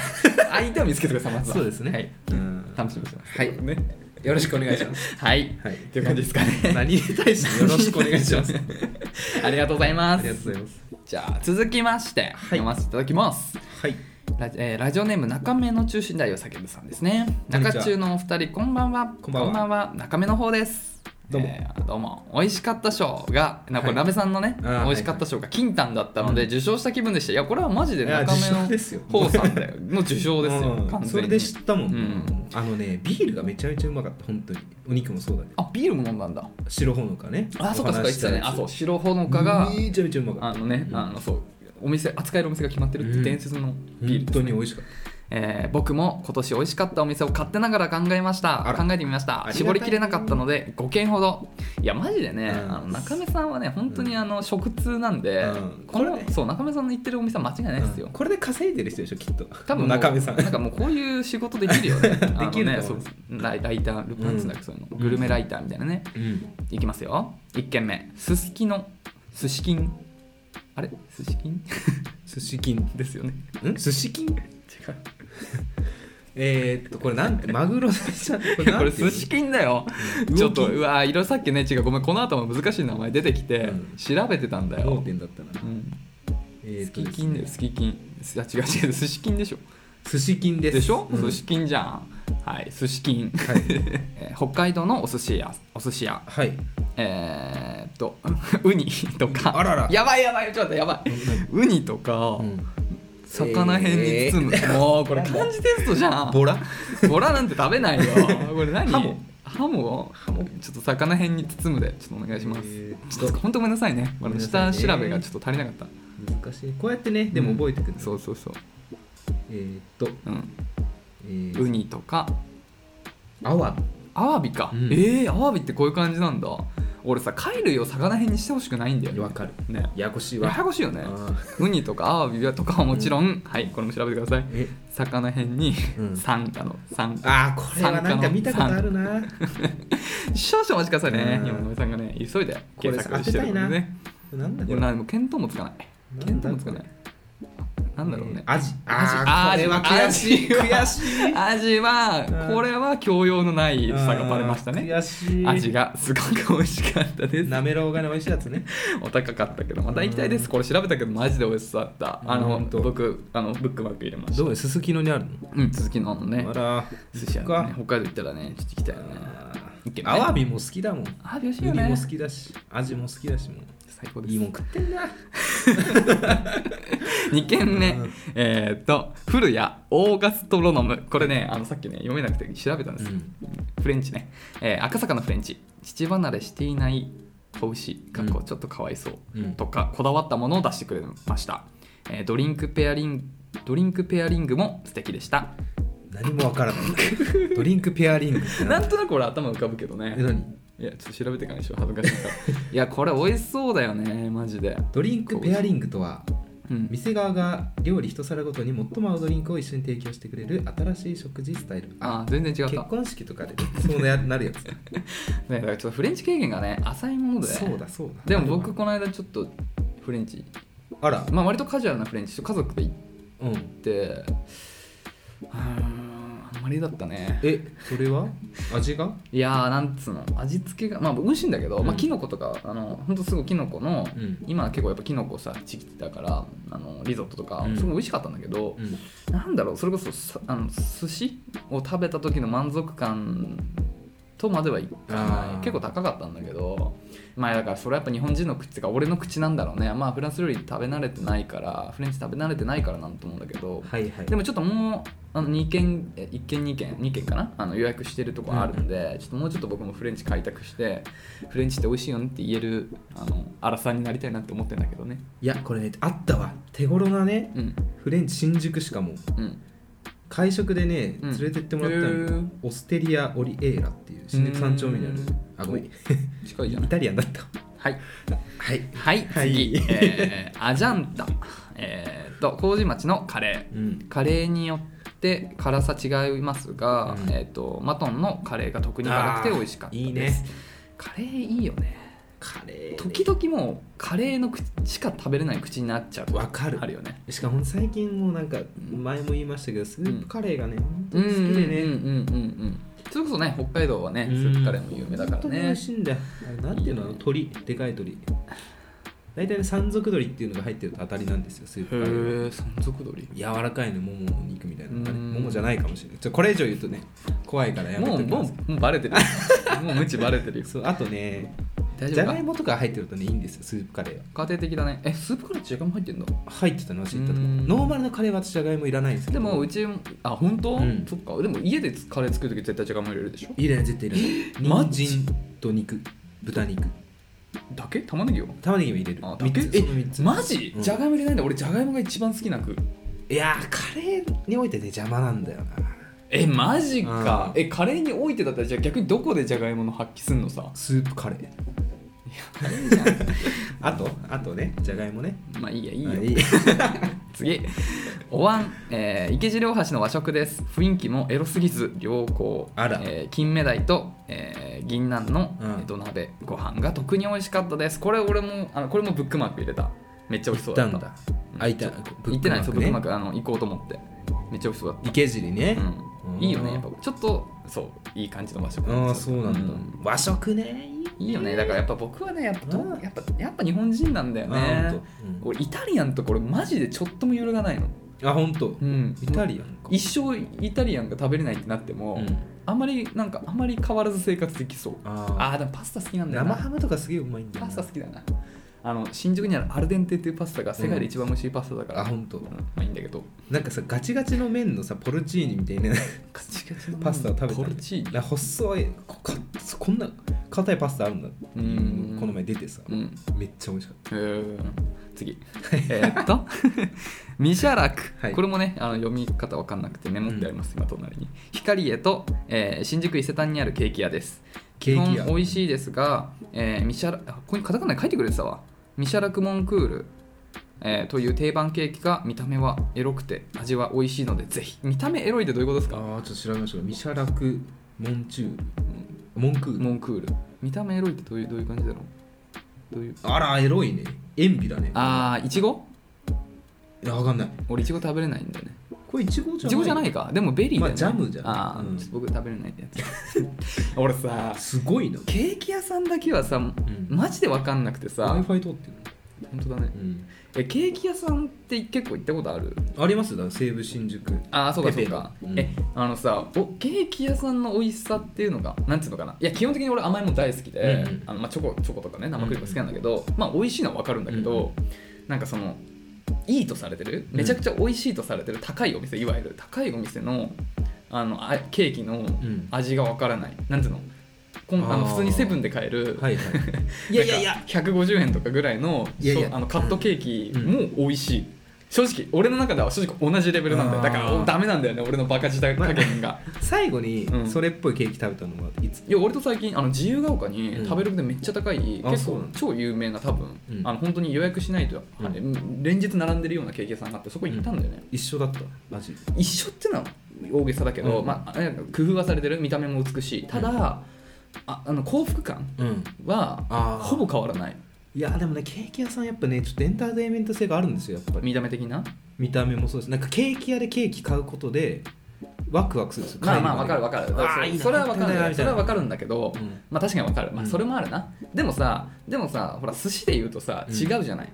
Speaker 2: 相手を見つけてくださいまずは
Speaker 1: そうですね
Speaker 2: はい、
Speaker 1: うん
Speaker 2: 楽しみにしてます
Speaker 1: はい
Speaker 2: ね
Speaker 1: よろしくお願いし
Speaker 2: (laughs)
Speaker 1: ます
Speaker 2: はい、
Speaker 1: はい
Speaker 2: っていう感じですか (laughs) ね
Speaker 1: 何に対してよろしくお願いします
Speaker 2: (laughs) ありがとうございま
Speaker 1: あ
Speaker 2: す
Speaker 1: りがとうございます
Speaker 2: じゃあ続きまして、読ませていただきます
Speaker 1: はい
Speaker 2: ラジ,、えーラジオネーム中目の中心大を叫ぶさんですね
Speaker 1: こんにち
Speaker 2: 中
Speaker 1: は
Speaker 2: 中のお二人こんばんは
Speaker 1: こんばんは
Speaker 2: 中目の方です
Speaker 1: どうも
Speaker 2: えーどうも美味しかった賞がなこ
Speaker 1: は
Speaker 2: れ
Speaker 1: い
Speaker 2: 鍋さんのね、
Speaker 1: あー
Speaker 2: 美味しかった賞が金丹だったので、
Speaker 1: うん
Speaker 2: 受賞した気分でしたいやこれはマジで
Speaker 1: いや
Speaker 2: 中目
Speaker 1: 受賞
Speaker 2: の
Speaker 1: ですよ
Speaker 2: 方さんだよの受賞ですよ、
Speaker 1: うん
Speaker 2: 完全に
Speaker 1: それで知ったもん、
Speaker 2: うん
Speaker 1: あのねビールがめちゃめちゃうまかった本当にお肉もそうだけど
Speaker 2: あビールも飲んだんだ
Speaker 1: 白ほのかね
Speaker 2: あそうかそうか言ってたねあそう白ほの
Speaker 1: う
Speaker 2: かが
Speaker 1: めちゃめちゃうまか
Speaker 2: あ
Speaker 1: った
Speaker 2: のね
Speaker 1: うん
Speaker 2: あのそうお店扱えるお店が決まってるって伝説のビ
Speaker 1: 本
Speaker 2: ールです
Speaker 1: 当に美味しかった
Speaker 2: えー僕も今年美味しかったお店を買ってながら考えました
Speaker 1: あら
Speaker 2: 考えてみま
Speaker 1: あ
Speaker 2: し
Speaker 1: り
Speaker 2: た
Speaker 1: がたい
Speaker 2: 絞りきれなかったので5件ほどいやマジでね、
Speaker 1: うん
Speaker 2: あの中目さんはね本当にあの食通なんで、
Speaker 1: うん
Speaker 2: この
Speaker 1: これね
Speaker 2: そう中目さんの言ってるお店は間違いないですよ、
Speaker 1: これで稼いでる人でしょきっと
Speaker 2: 多分もう
Speaker 1: 中身さん
Speaker 2: なんかもうこういう仕事できるよ
Speaker 1: (laughs)
Speaker 2: ねあの
Speaker 1: できる
Speaker 2: ね
Speaker 1: と
Speaker 2: そ
Speaker 1: 思
Speaker 2: う
Speaker 1: う
Speaker 2: ライライタールパンツだっけ、そういうのグルメライターみたいなね
Speaker 1: うん
Speaker 2: いきますよ1軒目すすきのすしきんあれすしきん
Speaker 1: 寿司金
Speaker 2: ですよね
Speaker 1: ん寿司金
Speaker 2: (laughs) 違う
Speaker 1: えー、っとこれなんてマグロじゃんこ
Speaker 2: これ寿司金だよ
Speaker 1: 魚金
Speaker 2: ちょっとうわ色さっきね違うごめんこの後も難しい名前出てきて、
Speaker 1: うん
Speaker 2: 調べてたんだ
Speaker 1: 盲
Speaker 2: よ、
Speaker 1: 点だったな
Speaker 2: うん、
Speaker 1: えー
Speaker 2: 好
Speaker 1: っと
Speaker 2: き
Speaker 1: です
Speaker 2: 金だよ
Speaker 1: ね
Speaker 2: 好き金すあ違う違う寿司金でしょ
Speaker 1: 寿司金です
Speaker 2: でしょ、
Speaker 1: うん
Speaker 2: 寿司金じゃんはい寿司金、
Speaker 1: はい
Speaker 2: (laughs) えー北海道のお寿司屋お寿司屋
Speaker 1: はい
Speaker 2: えー、っと (laughs) ウニとか
Speaker 1: あらら
Speaker 2: やばいやばいちょっとやばいウニとか、
Speaker 1: うん
Speaker 2: 魚辺に包む、もうこれ漢字テストじゃん
Speaker 1: ボラ
Speaker 2: ボラなんて食
Speaker 1: (laughs)
Speaker 2: べないよ。これ何？
Speaker 1: ハモ。
Speaker 2: ハモ。
Speaker 1: ハモ
Speaker 2: ちょっと魚辺に包むで、ちょっとお願いします。
Speaker 1: えーっ
Speaker 2: ち
Speaker 1: と
Speaker 2: ょっと本当ごめんなさいね。あ
Speaker 1: ごめん
Speaker 2: の
Speaker 1: なさい
Speaker 2: 下
Speaker 1: ね
Speaker 2: 調べがちょっと足りなかった。
Speaker 1: 難しいこうやってねでも覚えてくる、
Speaker 2: そうそうそう。
Speaker 1: えー、っと、
Speaker 2: うん。
Speaker 1: えー、
Speaker 2: ウニとか
Speaker 1: アワ
Speaker 2: アワビか。
Speaker 1: うん
Speaker 2: ええー、アワビってこういう感じなんだ。俺さ貝類を魚辺にしてほしくないんだよ、ね。
Speaker 1: わかる
Speaker 2: ね。
Speaker 1: ややこしい
Speaker 2: や
Speaker 1: わ
Speaker 2: やこしいよね。
Speaker 1: あー
Speaker 2: ウニとかアワビとかはもちろん、はい、これも調べてください。
Speaker 1: え
Speaker 2: 魚辺に
Speaker 1: うん
Speaker 2: 酸化の酸化。
Speaker 1: あーこれはなんか見たことあるな
Speaker 2: 少々お待ちくださいね
Speaker 1: う。ん
Speaker 2: 今野上さんがね急いで
Speaker 1: これ
Speaker 2: 検索してるの
Speaker 1: 当て
Speaker 2: で
Speaker 1: たい
Speaker 2: ね。
Speaker 1: なんだ
Speaker 2: い
Speaker 1: こ
Speaker 2: や
Speaker 1: れ
Speaker 2: なでも見当もつかない見当もつかないなんだろうね
Speaker 1: えーアジ
Speaker 2: ア
Speaker 1: あ
Speaker 2: ジ
Speaker 1: ーこれは
Speaker 2: ア
Speaker 1: 悔
Speaker 2: ジ
Speaker 1: しい悔しい
Speaker 2: 味は
Speaker 1: うん
Speaker 2: これは教養のない差がバレましたね
Speaker 1: 悔しい
Speaker 2: 味がすごく美味しかったです
Speaker 1: なめろうがね美味しいやつね
Speaker 2: お高かったけどまた行きたいですこれ調べたけどマジで美味しそうだったあ
Speaker 1: うん
Speaker 2: の
Speaker 1: ほんと
Speaker 2: 僕あのブックバッグ入れました
Speaker 1: どうすすきのにある
Speaker 2: うん続きのね
Speaker 1: のあら
Speaker 2: 寿司屋
Speaker 1: そっ
Speaker 2: の
Speaker 1: か
Speaker 2: ね北海道行ったらねちょっと行きたいよね
Speaker 1: あ
Speaker 2: いけ
Speaker 1: ー
Speaker 2: ね
Speaker 1: アワビも好きだもん
Speaker 2: あ美味しい
Speaker 1: ウ
Speaker 2: よ
Speaker 1: ニ
Speaker 2: ね
Speaker 1: も好きだし味も好きだしもう
Speaker 2: 最高で
Speaker 1: いい
Speaker 2: す
Speaker 1: もん食ってんな
Speaker 2: (laughs) 2軒目、
Speaker 1: うん
Speaker 2: えーっと古谷オーガストロノムこれねあのさっきね読めなくて調べたんですよ、フレンチね、えー赤坂のフレンチ父離れしていない子牛かっこ
Speaker 1: うん
Speaker 2: ちょっとかわいそう、
Speaker 1: うん
Speaker 2: とかこだわったものを出してくれました、えードリンクペアリングドリンクペアリングも素敵でした
Speaker 1: 何もわからないドリンクペアリングって
Speaker 2: なんとなく俺頭浮かぶけどね
Speaker 1: え何
Speaker 2: いやちょっと調べてからにしよう恥ずかしいからいやこれ美味しそうだよねマジで
Speaker 1: ドリンクペアリングとは
Speaker 2: うん
Speaker 1: 店側が料理一皿ごとに最も合うドリンクを一緒に提供してくれる新しい食事スタイル
Speaker 2: あー全然違っ
Speaker 1: 結
Speaker 2: た、ね、
Speaker 1: 婚式とかでそうななるやつ
Speaker 2: だからちょっとフレンチ経験がね浅いものでね
Speaker 1: そうだそうだ
Speaker 2: でも僕この間ちょっとフレンチ
Speaker 1: あら
Speaker 2: まあ割とカジュアルなフレンチちょっと家族で行っ
Speaker 1: うん
Speaker 2: てうーんあんまりだったね
Speaker 1: えそれは味が
Speaker 2: いやーなんつうの味付けがまあ美味しいんだけど、ま
Speaker 1: う
Speaker 2: あ
Speaker 1: ん
Speaker 2: キノコとかあのほんとすぐキノコの、
Speaker 1: うん
Speaker 2: 今は結構やっぱキノコさチキだからあのリゾットとか
Speaker 1: うん
Speaker 2: すごい美味しかったんだけど、
Speaker 1: うん
Speaker 2: なんだろうそれこそさあの寿司を食べた時の満足感とまではいかな
Speaker 1: あー
Speaker 2: い結構高かったんだけどまあだからそれはやっぱ日本人の口っていうか俺の口なんだろうねまあフランス料理食べ慣れてないからフレンチ食べ慣れてないからなんと思うんだけど
Speaker 1: はいはい
Speaker 2: でもちょっともうあの2件え1件2件2件かなあの予約してるとこあるんで、ちょっともうちょっと僕もフレンチ開拓してフレンチって美味しいよねって言えるあの荒さになりたいなって思ってんだけどね
Speaker 1: いやこれねあったわ手頃なね
Speaker 2: うん
Speaker 1: フレンチ新宿しかも
Speaker 2: うん
Speaker 1: 会食でね
Speaker 2: うん
Speaker 1: 連れてってもらったの
Speaker 2: へー
Speaker 1: オステリア・オリエーラっていう新宿三丁目にある
Speaker 2: うーん
Speaker 1: あごめんイ
Speaker 2: 近いじゃない
Speaker 1: タリアンだった
Speaker 2: はい
Speaker 1: はい
Speaker 2: はい、
Speaker 1: はい
Speaker 2: 次、えー、アジャンタ、えー、と麹町のカレ
Speaker 1: うん
Speaker 2: ーカレーによって辛さ違いますが、
Speaker 1: うん
Speaker 2: えー、とマトンのカレーが特に辛くて美味しかったです
Speaker 1: いいね
Speaker 2: カレーいいよね
Speaker 1: カレー
Speaker 2: 時々もうカレーの口しか食べれない口になっちゃう
Speaker 1: わかる
Speaker 2: あるよね
Speaker 1: しかも最近もうなんか前も言いましたけどスープカレーがね本当
Speaker 2: うん
Speaker 1: に
Speaker 2: うん
Speaker 1: 好き
Speaker 2: うんうんう
Speaker 1: でね
Speaker 2: んそれこそね北海道はねスープカレーも有名だから
Speaker 1: 本当に美
Speaker 2: ね
Speaker 1: 味しいんだよあれなんていうのあの鳥でかい鳥大体ね山賊鳥っていうのが入ってると当たりなんですよスープ
Speaker 2: へ
Speaker 1: カレー
Speaker 2: え山賊鳥
Speaker 1: 柔らかいねももの肉みたいなのがね
Speaker 2: うん
Speaker 1: ももじゃないかもしれないちょこれ以上言うとね怖いからやめ
Speaker 2: も
Speaker 1: と
Speaker 2: う
Speaker 1: き
Speaker 2: も
Speaker 1: ま
Speaker 2: う
Speaker 1: す
Speaker 2: もうバレてるもう無知バレてるよ
Speaker 1: そうあとね
Speaker 2: 大
Speaker 1: じ
Speaker 2: 丈
Speaker 1: ゃ
Speaker 2: 夫
Speaker 1: がい
Speaker 2: か
Speaker 1: もとか入ってるとねいいんですよスープカレーは
Speaker 2: 家庭的だねえスープカレーじゃがいも入ってんだ
Speaker 1: 入ってたの私言ったとこ
Speaker 2: うん
Speaker 1: ノーマルのカレーは私じゃがいもいらないんですけ
Speaker 2: で
Speaker 1: ど
Speaker 2: もうちあ本当、
Speaker 1: うん
Speaker 2: そっかでも家でカレー作る時絶対じゃがいも入れるでしょ
Speaker 1: いらない絶対いらない
Speaker 2: マ
Speaker 1: 人
Speaker 2: ジ
Speaker 1: 参と肉豚肉
Speaker 2: だけ玉ねぎを
Speaker 1: 玉ねぎも入れる
Speaker 2: あだ
Speaker 1: 三
Speaker 2: け
Speaker 1: つその三つ
Speaker 2: マジ、
Speaker 1: うん
Speaker 2: じゃがいも入れないんだ俺じゃがいもが一番好きなく
Speaker 1: いやーカレーにおいてね邪魔なんだよな
Speaker 2: えマジか、
Speaker 1: うん
Speaker 2: えカレーにおいてだったらじゃあ逆にどこでじゃがいもの発揮すんのさ
Speaker 1: スープカレー (laughs) あとあとねじゃがいもね
Speaker 2: まあいいやいいよ、
Speaker 1: あいい
Speaker 2: 次お椀、えー池尻大橋の和食です雰囲気もエロすぎず良好
Speaker 1: あら
Speaker 2: えー金目鯛と、えー銀杏の
Speaker 1: うん
Speaker 2: 土鍋、ご飯が特に美味しかったですこれ俺もあのこれもブックマーク入れためっちゃ美味しそうだ
Speaker 1: だ
Speaker 2: った
Speaker 1: んだあいた
Speaker 2: 行ってないそうブックマー
Speaker 1: ク
Speaker 2: クあの行こうと思ってめっちゃ美味しそうだっ
Speaker 1: 池尻ね
Speaker 2: た、う
Speaker 1: うん
Speaker 2: ん、いいよねやっぱちょっとそういい感じの和食
Speaker 1: ああ
Speaker 2: です
Speaker 1: そ
Speaker 2: よ
Speaker 1: うなんだ、
Speaker 2: ん
Speaker 1: 和食ね
Speaker 2: いいよねだからやっぱ僕はねやっぱど
Speaker 1: うん
Speaker 2: やっぱやっぱ日本人なんだよ
Speaker 1: あ
Speaker 2: ね
Speaker 1: 本当
Speaker 2: 俺イタリアンとこれマジでちょっとも揺るがないの
Speaker 1: あ本当、
Speaker 2: うん
Speaker 1: イタリアンか
Speaker 2: 一生イタリアンが食べれないってなっても、
Speaker 1: うん
Speaker 2: あんまりなんかあんまり変わらず生活できそう
Speaker 1: あ
Speaker 2: あーでもパスタ好きな
Speaker 1: ー
Speaker 2: んだよ
Speaker 1: 生
Speaker 2: な
Speaker 1: ハムとかすげえうまいんだよ
Speaker 2: パ
Speaker 1: な
Speaker 2: スタ好きだなあの新宿にあるアルデンテっていうパスタが世界で一番美味しいパスタだから、
Speaker 1: あ本当
Speaker 2: うんまあいいんだけど
Speaker 1: なんかさガチガチの麺のさポルチーニみたいな (laughs)
Speaker 2: カチカチの
Speaker 1: パスタを食べた
Speaker 2: ポルチーニ
Speaker 1: な細いこかこんな硬いパスタあるんだ
Speaker 2: うん
Speaker 1: この前出てさ、
Speaker 2: うん
Speaker 1: めっちゃ美味しかっ
Speaker 2: えー次えーっ (laughs) とミシャラク、
Speaker 1: はい
Speaker 2: これもねあの読み方わかんなくてメモってあります、今隣に光栄と、えー新宿伊勢丹にあるケーキ屋です
Speaker 1: ケーキ屋
Speaker 2: 基本美味しいですが、えーミシャラあここにカタカナで書いてくれてたわミシャラクモンクール、えーという定番ケーキが見た目はエロくて味は美味しいのでぜひ見た目エロいってどういうことです
Speaker 1: た
Speaker 2: か
Speaker 1: ああちょっと調べましょうミシャラクモンチュールモンクール
Speaker 2: モンクール見た目エロいってどういうどういう感じだろうどういう
Speaker 1: あらエロいね塩ビだね
Speaker 2: ああいちご
Speaker 1: いやわかんない
Speaker 2: 俺いちご食べれないんだよね
Speaker 1: これイチゴじゃない
Speaker 2: いちごじゃないかでもベリーだよね、
Speaker 1: まあジャムじゃない
Speaker 2: ああ、
Speaker 1: うん
Speaker 2: ちょっと僕食べれないってや
Speaker 1: (laughs)
Speaker 2: つ俺さ
Speaker 1: すごいな
Speaker 2: ケーキ屋さんだけはさ、マジで分かんなくてさ
Speaker 1: w i f
Speaker 2: 本
Speaker 1: i 通ってる
Speaker 2: 当だねえケーキ屋さんって結構行ったことある
Speaker 1: ありますだから西武新宿
Speaker 2: ああそうかそ
Speaker 1: ペ
Speaker 2: う
Speaker 1: ペ
Speaker 2: か、
Speaker 1: うん
Speaker 2: えあのさおケーキ屋さんの美味しさっていうのがなんていうのかないや基本的に俺甘いもの大好きで、
Speaker 1: うんうん
Speaker 2: あのまあ、チョコチョコとかね生クリーム好きなんだけど、まあ美味しいのは分かるんだけど、なんかそのいいとされてるめちゃくちゃ美味しいとされてる高いお店いわゆる高いお店のあのあケーキの
Speaker 1: ん
Speaker 2: 味が分からない、なんていうのこんあ
Speaker 1: あ
Speaker 2: の
Speaker 1: ー
Speaker 2: 普通にセブンで買える、
Speaker 1: はい
Speaker 2: (laughs)
Speaker 1: はいいやいやいや
Speaker 2: なんか150円とかぐらいの
Speaker 1: いやいや
Speaker 2: そうあのカットケーキ
Speaker 1: うん
Speaker 2: も美味しい、正直俺の中では正直同じレベルなんだよだか
Speaker 1: あ
Speaker 2: ら
Speaker 1: ー
Speaker 2: ダメなんだよね俺のバカ舌加減が、
Speaker 1: 最後に
Speaker 2: うん
Speaker 1: それっぽいケーキ食べたのはいつ
Speaker 2: いや俺と最近あの自由が丘に
Speaker 1: うん
Speaker 2: 食べログでめっちゃ高い、
Speaker 1: あ
Speaker 2: 結
Speaker 1: そう
Speaker 2: 構
Speaker 1: なんだ
Speaker 2: 超有名な多分、
Speaker 1: うん
Speaker 2: あの本当に予約しないと、
Speaker 1: うん
Speaker 2: あれ連日並んでるようなケーキ屋さんがあってそこ行ったんだよね、
Speaker 1: 一緒だったマジ
Speaker 2: 一緒っていうのは大げさだけど、
Speaker 1: うん
Speaker 2: まあ、なんか工夫はされてる見た目も美しいただ、ああの幸福感
Speaker 1: うん
Speaker 2: は
Speaker 1: あー
Speaker 2: ほぼ変わらない
Speaker 1: いやでもねケーキ屋さんやっぱねちょっとエンターテインメント性があるんですよやっぱり
Speaker 2: 見た目的な
Speaker 1: 見た目もそうですなんかケーキ屋でケーキ買うことでワクワクするんですよ
Speaker 2: まあまあわかるわかるだから
Speaker 1: あー
Speaker 2: そう
Speaker 1: いいな
Speaker 2: それはわかるん
Speaker 1: 買
Speaker 2: だ
Speaker 1: って
Speaker 2: よ
Speaker 1: ないみ
Speaker 2: そ
Speaker 1: たいな
Speaker 2: れはわかるんだけど、
Speaker 1: うん
Speaker 2: まあ確かにわかる、まあ、
Speaker 1: うん
Speaker 2: それもあるな、でもさでもさほら寿司で言うとさ
Speaker 1: うん
Speaker 2: 違うじゃない、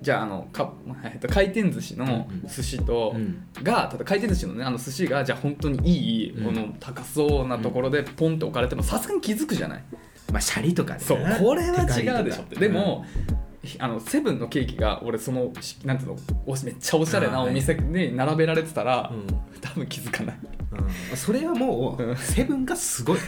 Speaker 2: じゃああのか、えっと、回転寿司の
Speaker 1: うんうん
Speaker 2: 寿司と、
Speaker 1: うん
Speaker 2: がただ回転寿司のねあの寿司がじゃあ本当にいい、
Speaker 1: うん
Speaker 2: この高そうなところでポンって置かれてもさすがに気づくじゃない、
Speaker 1: まあシャリとかね
Speaker 2: そうこれは違うでしょ
Speaker 1: テカ
Speaker 2: って
Speaker 1: リとか
Speaker 2: でも、あのセブンのケーキが俺そのしなんていうのおしめっちゃおしゃれなお店に並べられてたら、
Speaker 1: うんうん
Speaker 2: 多分気づかない
Speaker 1: うんそれはも
Speaker 2: うん
Speaker 1: うセブンがす
Speaker 2: (laughs)
Speaker 1: ごい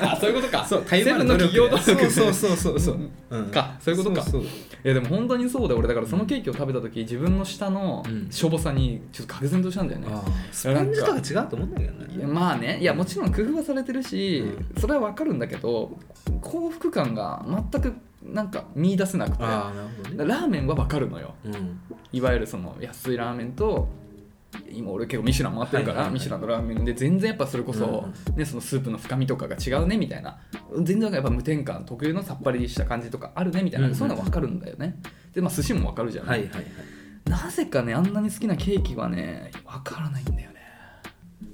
Speaker 2: あそういうことか
Speaker 1: そう
Speaker 2: セブンの企業努力
Speaker 1: そうそうそうそうそう
Speaker 2: うん
Speaker 1: うん
Speaker 2: かそういうことか
Speaker 1: そうそう
Speaker 2: いやでも本当にそうで俺だからそのケーキを食べた時自分の舌の
Speaker 1: うん
Speaker 2: しょぼさにちょっと愕然としたんだよね、
Speaker 1: あースポンジとか違うと思うんだけど
Speaker 2: いや
Speaker 1: ね
Speaker 2: まあねいやもちろん工夫はされてるし、
Speaker 1: う
Speaker 2: それはわかるんだけど幸福感が全くなんか見出せなくてラ
Speaker 1: ああなるほどね
Speaker 2: ーメンはわかるのよ
Speaker 1: うん
Speaker 2: いわゆるその安いラーメンと今俺結構ミシュラン回ってるから、
Speaker 1: はいはいはい
Speaker 2: ミシュランのラーメンで全然やっぱそれこそ、ね、そのスープの深みとかが違うねみたいな全然やっぱ無添加特有のさっぱりした感じとかあるねみたいな、
Speaker 1: うんうん
Speaker 2: そういうの分かるんだよねでまあ寿司も分かるじゃな、
Speaker 1: はいいはいはい
Speaker 2: なぜかねあんなに好きなケーキはね分からないんだよね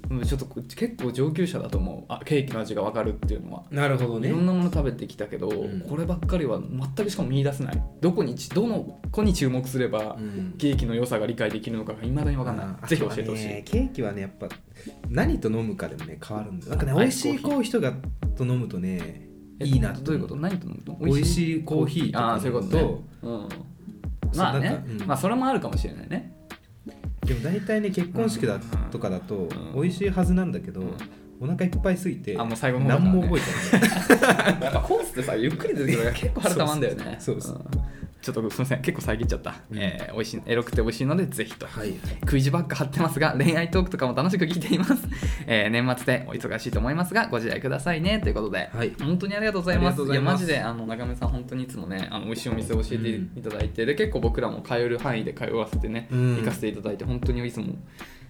Speaker 2: うんちょっとこ結構上級者だと思うあケーキの味が分かるっていうのは
Speaker 1: なるほど
Speaker 2: い
Speaker 1: ね
Speaker 2: ろんなもの食べてきたけど、
Speaker 1: ん
Speaker 2: こればっかりは全くしかも見出せないどこにどの子に注目すれば、
Speaker 1: うん
Speaker 2: ケーキの良さが理解できるのかがいまだに分かんな
Speaker 1: あ
Speaker 2: いぜひ教えて
Speaker 1: あ
Speaker 2: ほし
Speaker 1: とはいねケーキはねやっぱ何と飲むかでもね変わるんだよなんかね
Speaker 2: ア
Speaker 1: 美
Speaker 2: イ
Speaker 1: 味
Speaker 2: ス
Speaker 1: しいコーヒーとかと飲むとねいいな
Speaker 2: えどういうこと何と飲むと
Speaker 1: 美味しいコーヒーとか
Speaker 2: ああーそういうことね、うん
Speaker 1: そう
Speaker 2: まあ
Speaker 1: なん
Speaker 2: ね
Speaker 1: か、うん
Speaker 2: まあそれもあるかもしれないね、
Speaker 1: でも大体ね結婚式だとかだと
Speaker 2: うん
Speaker 1: 美味しいはずなんだけど
Speaker 2: うん
Speaker 1: お腹いっぱいすぎて
Speaker 2: あ
Speaker 1: 何
Speaker 2: もう最後の方だからね
Speaker 1: も覚えてない
Speaker 2: やっぱコースってさゆっくり出てくるから
Speaker 1: (laughs)
Speaker 2: 結構腹たまんだよね
Speaker 1: そうそうそうん
Speaker 2: ちょっとすみません結構遮っちゃった、
Speaker 1: うん
Speaker 2: えー美味しいエロくて美味しいのでぜひと、
Speaker 1: はい
Speaker 2: クイズばっか貼ってますが恋愛トークとかも楽しく聞いています、 (laughs) えー年末でお忙しいと思いますがご自愛くださいねということで、
Speaker 1: はい
Speaker 2: 本当にありがとうござい
Speaker 1: あり
Speaker 2: ます
Speaker 1: がとうござ
Speaker 2: いや
Speaker 1: います
Speaker 2: マジであの中目さん本当にいつもねあの美味しいお店を教えていただいて、で結構僕らも通える範囲で通わせてね、
Speaker 1: うん
Speaker 2: 行かせていただいて本当にいつも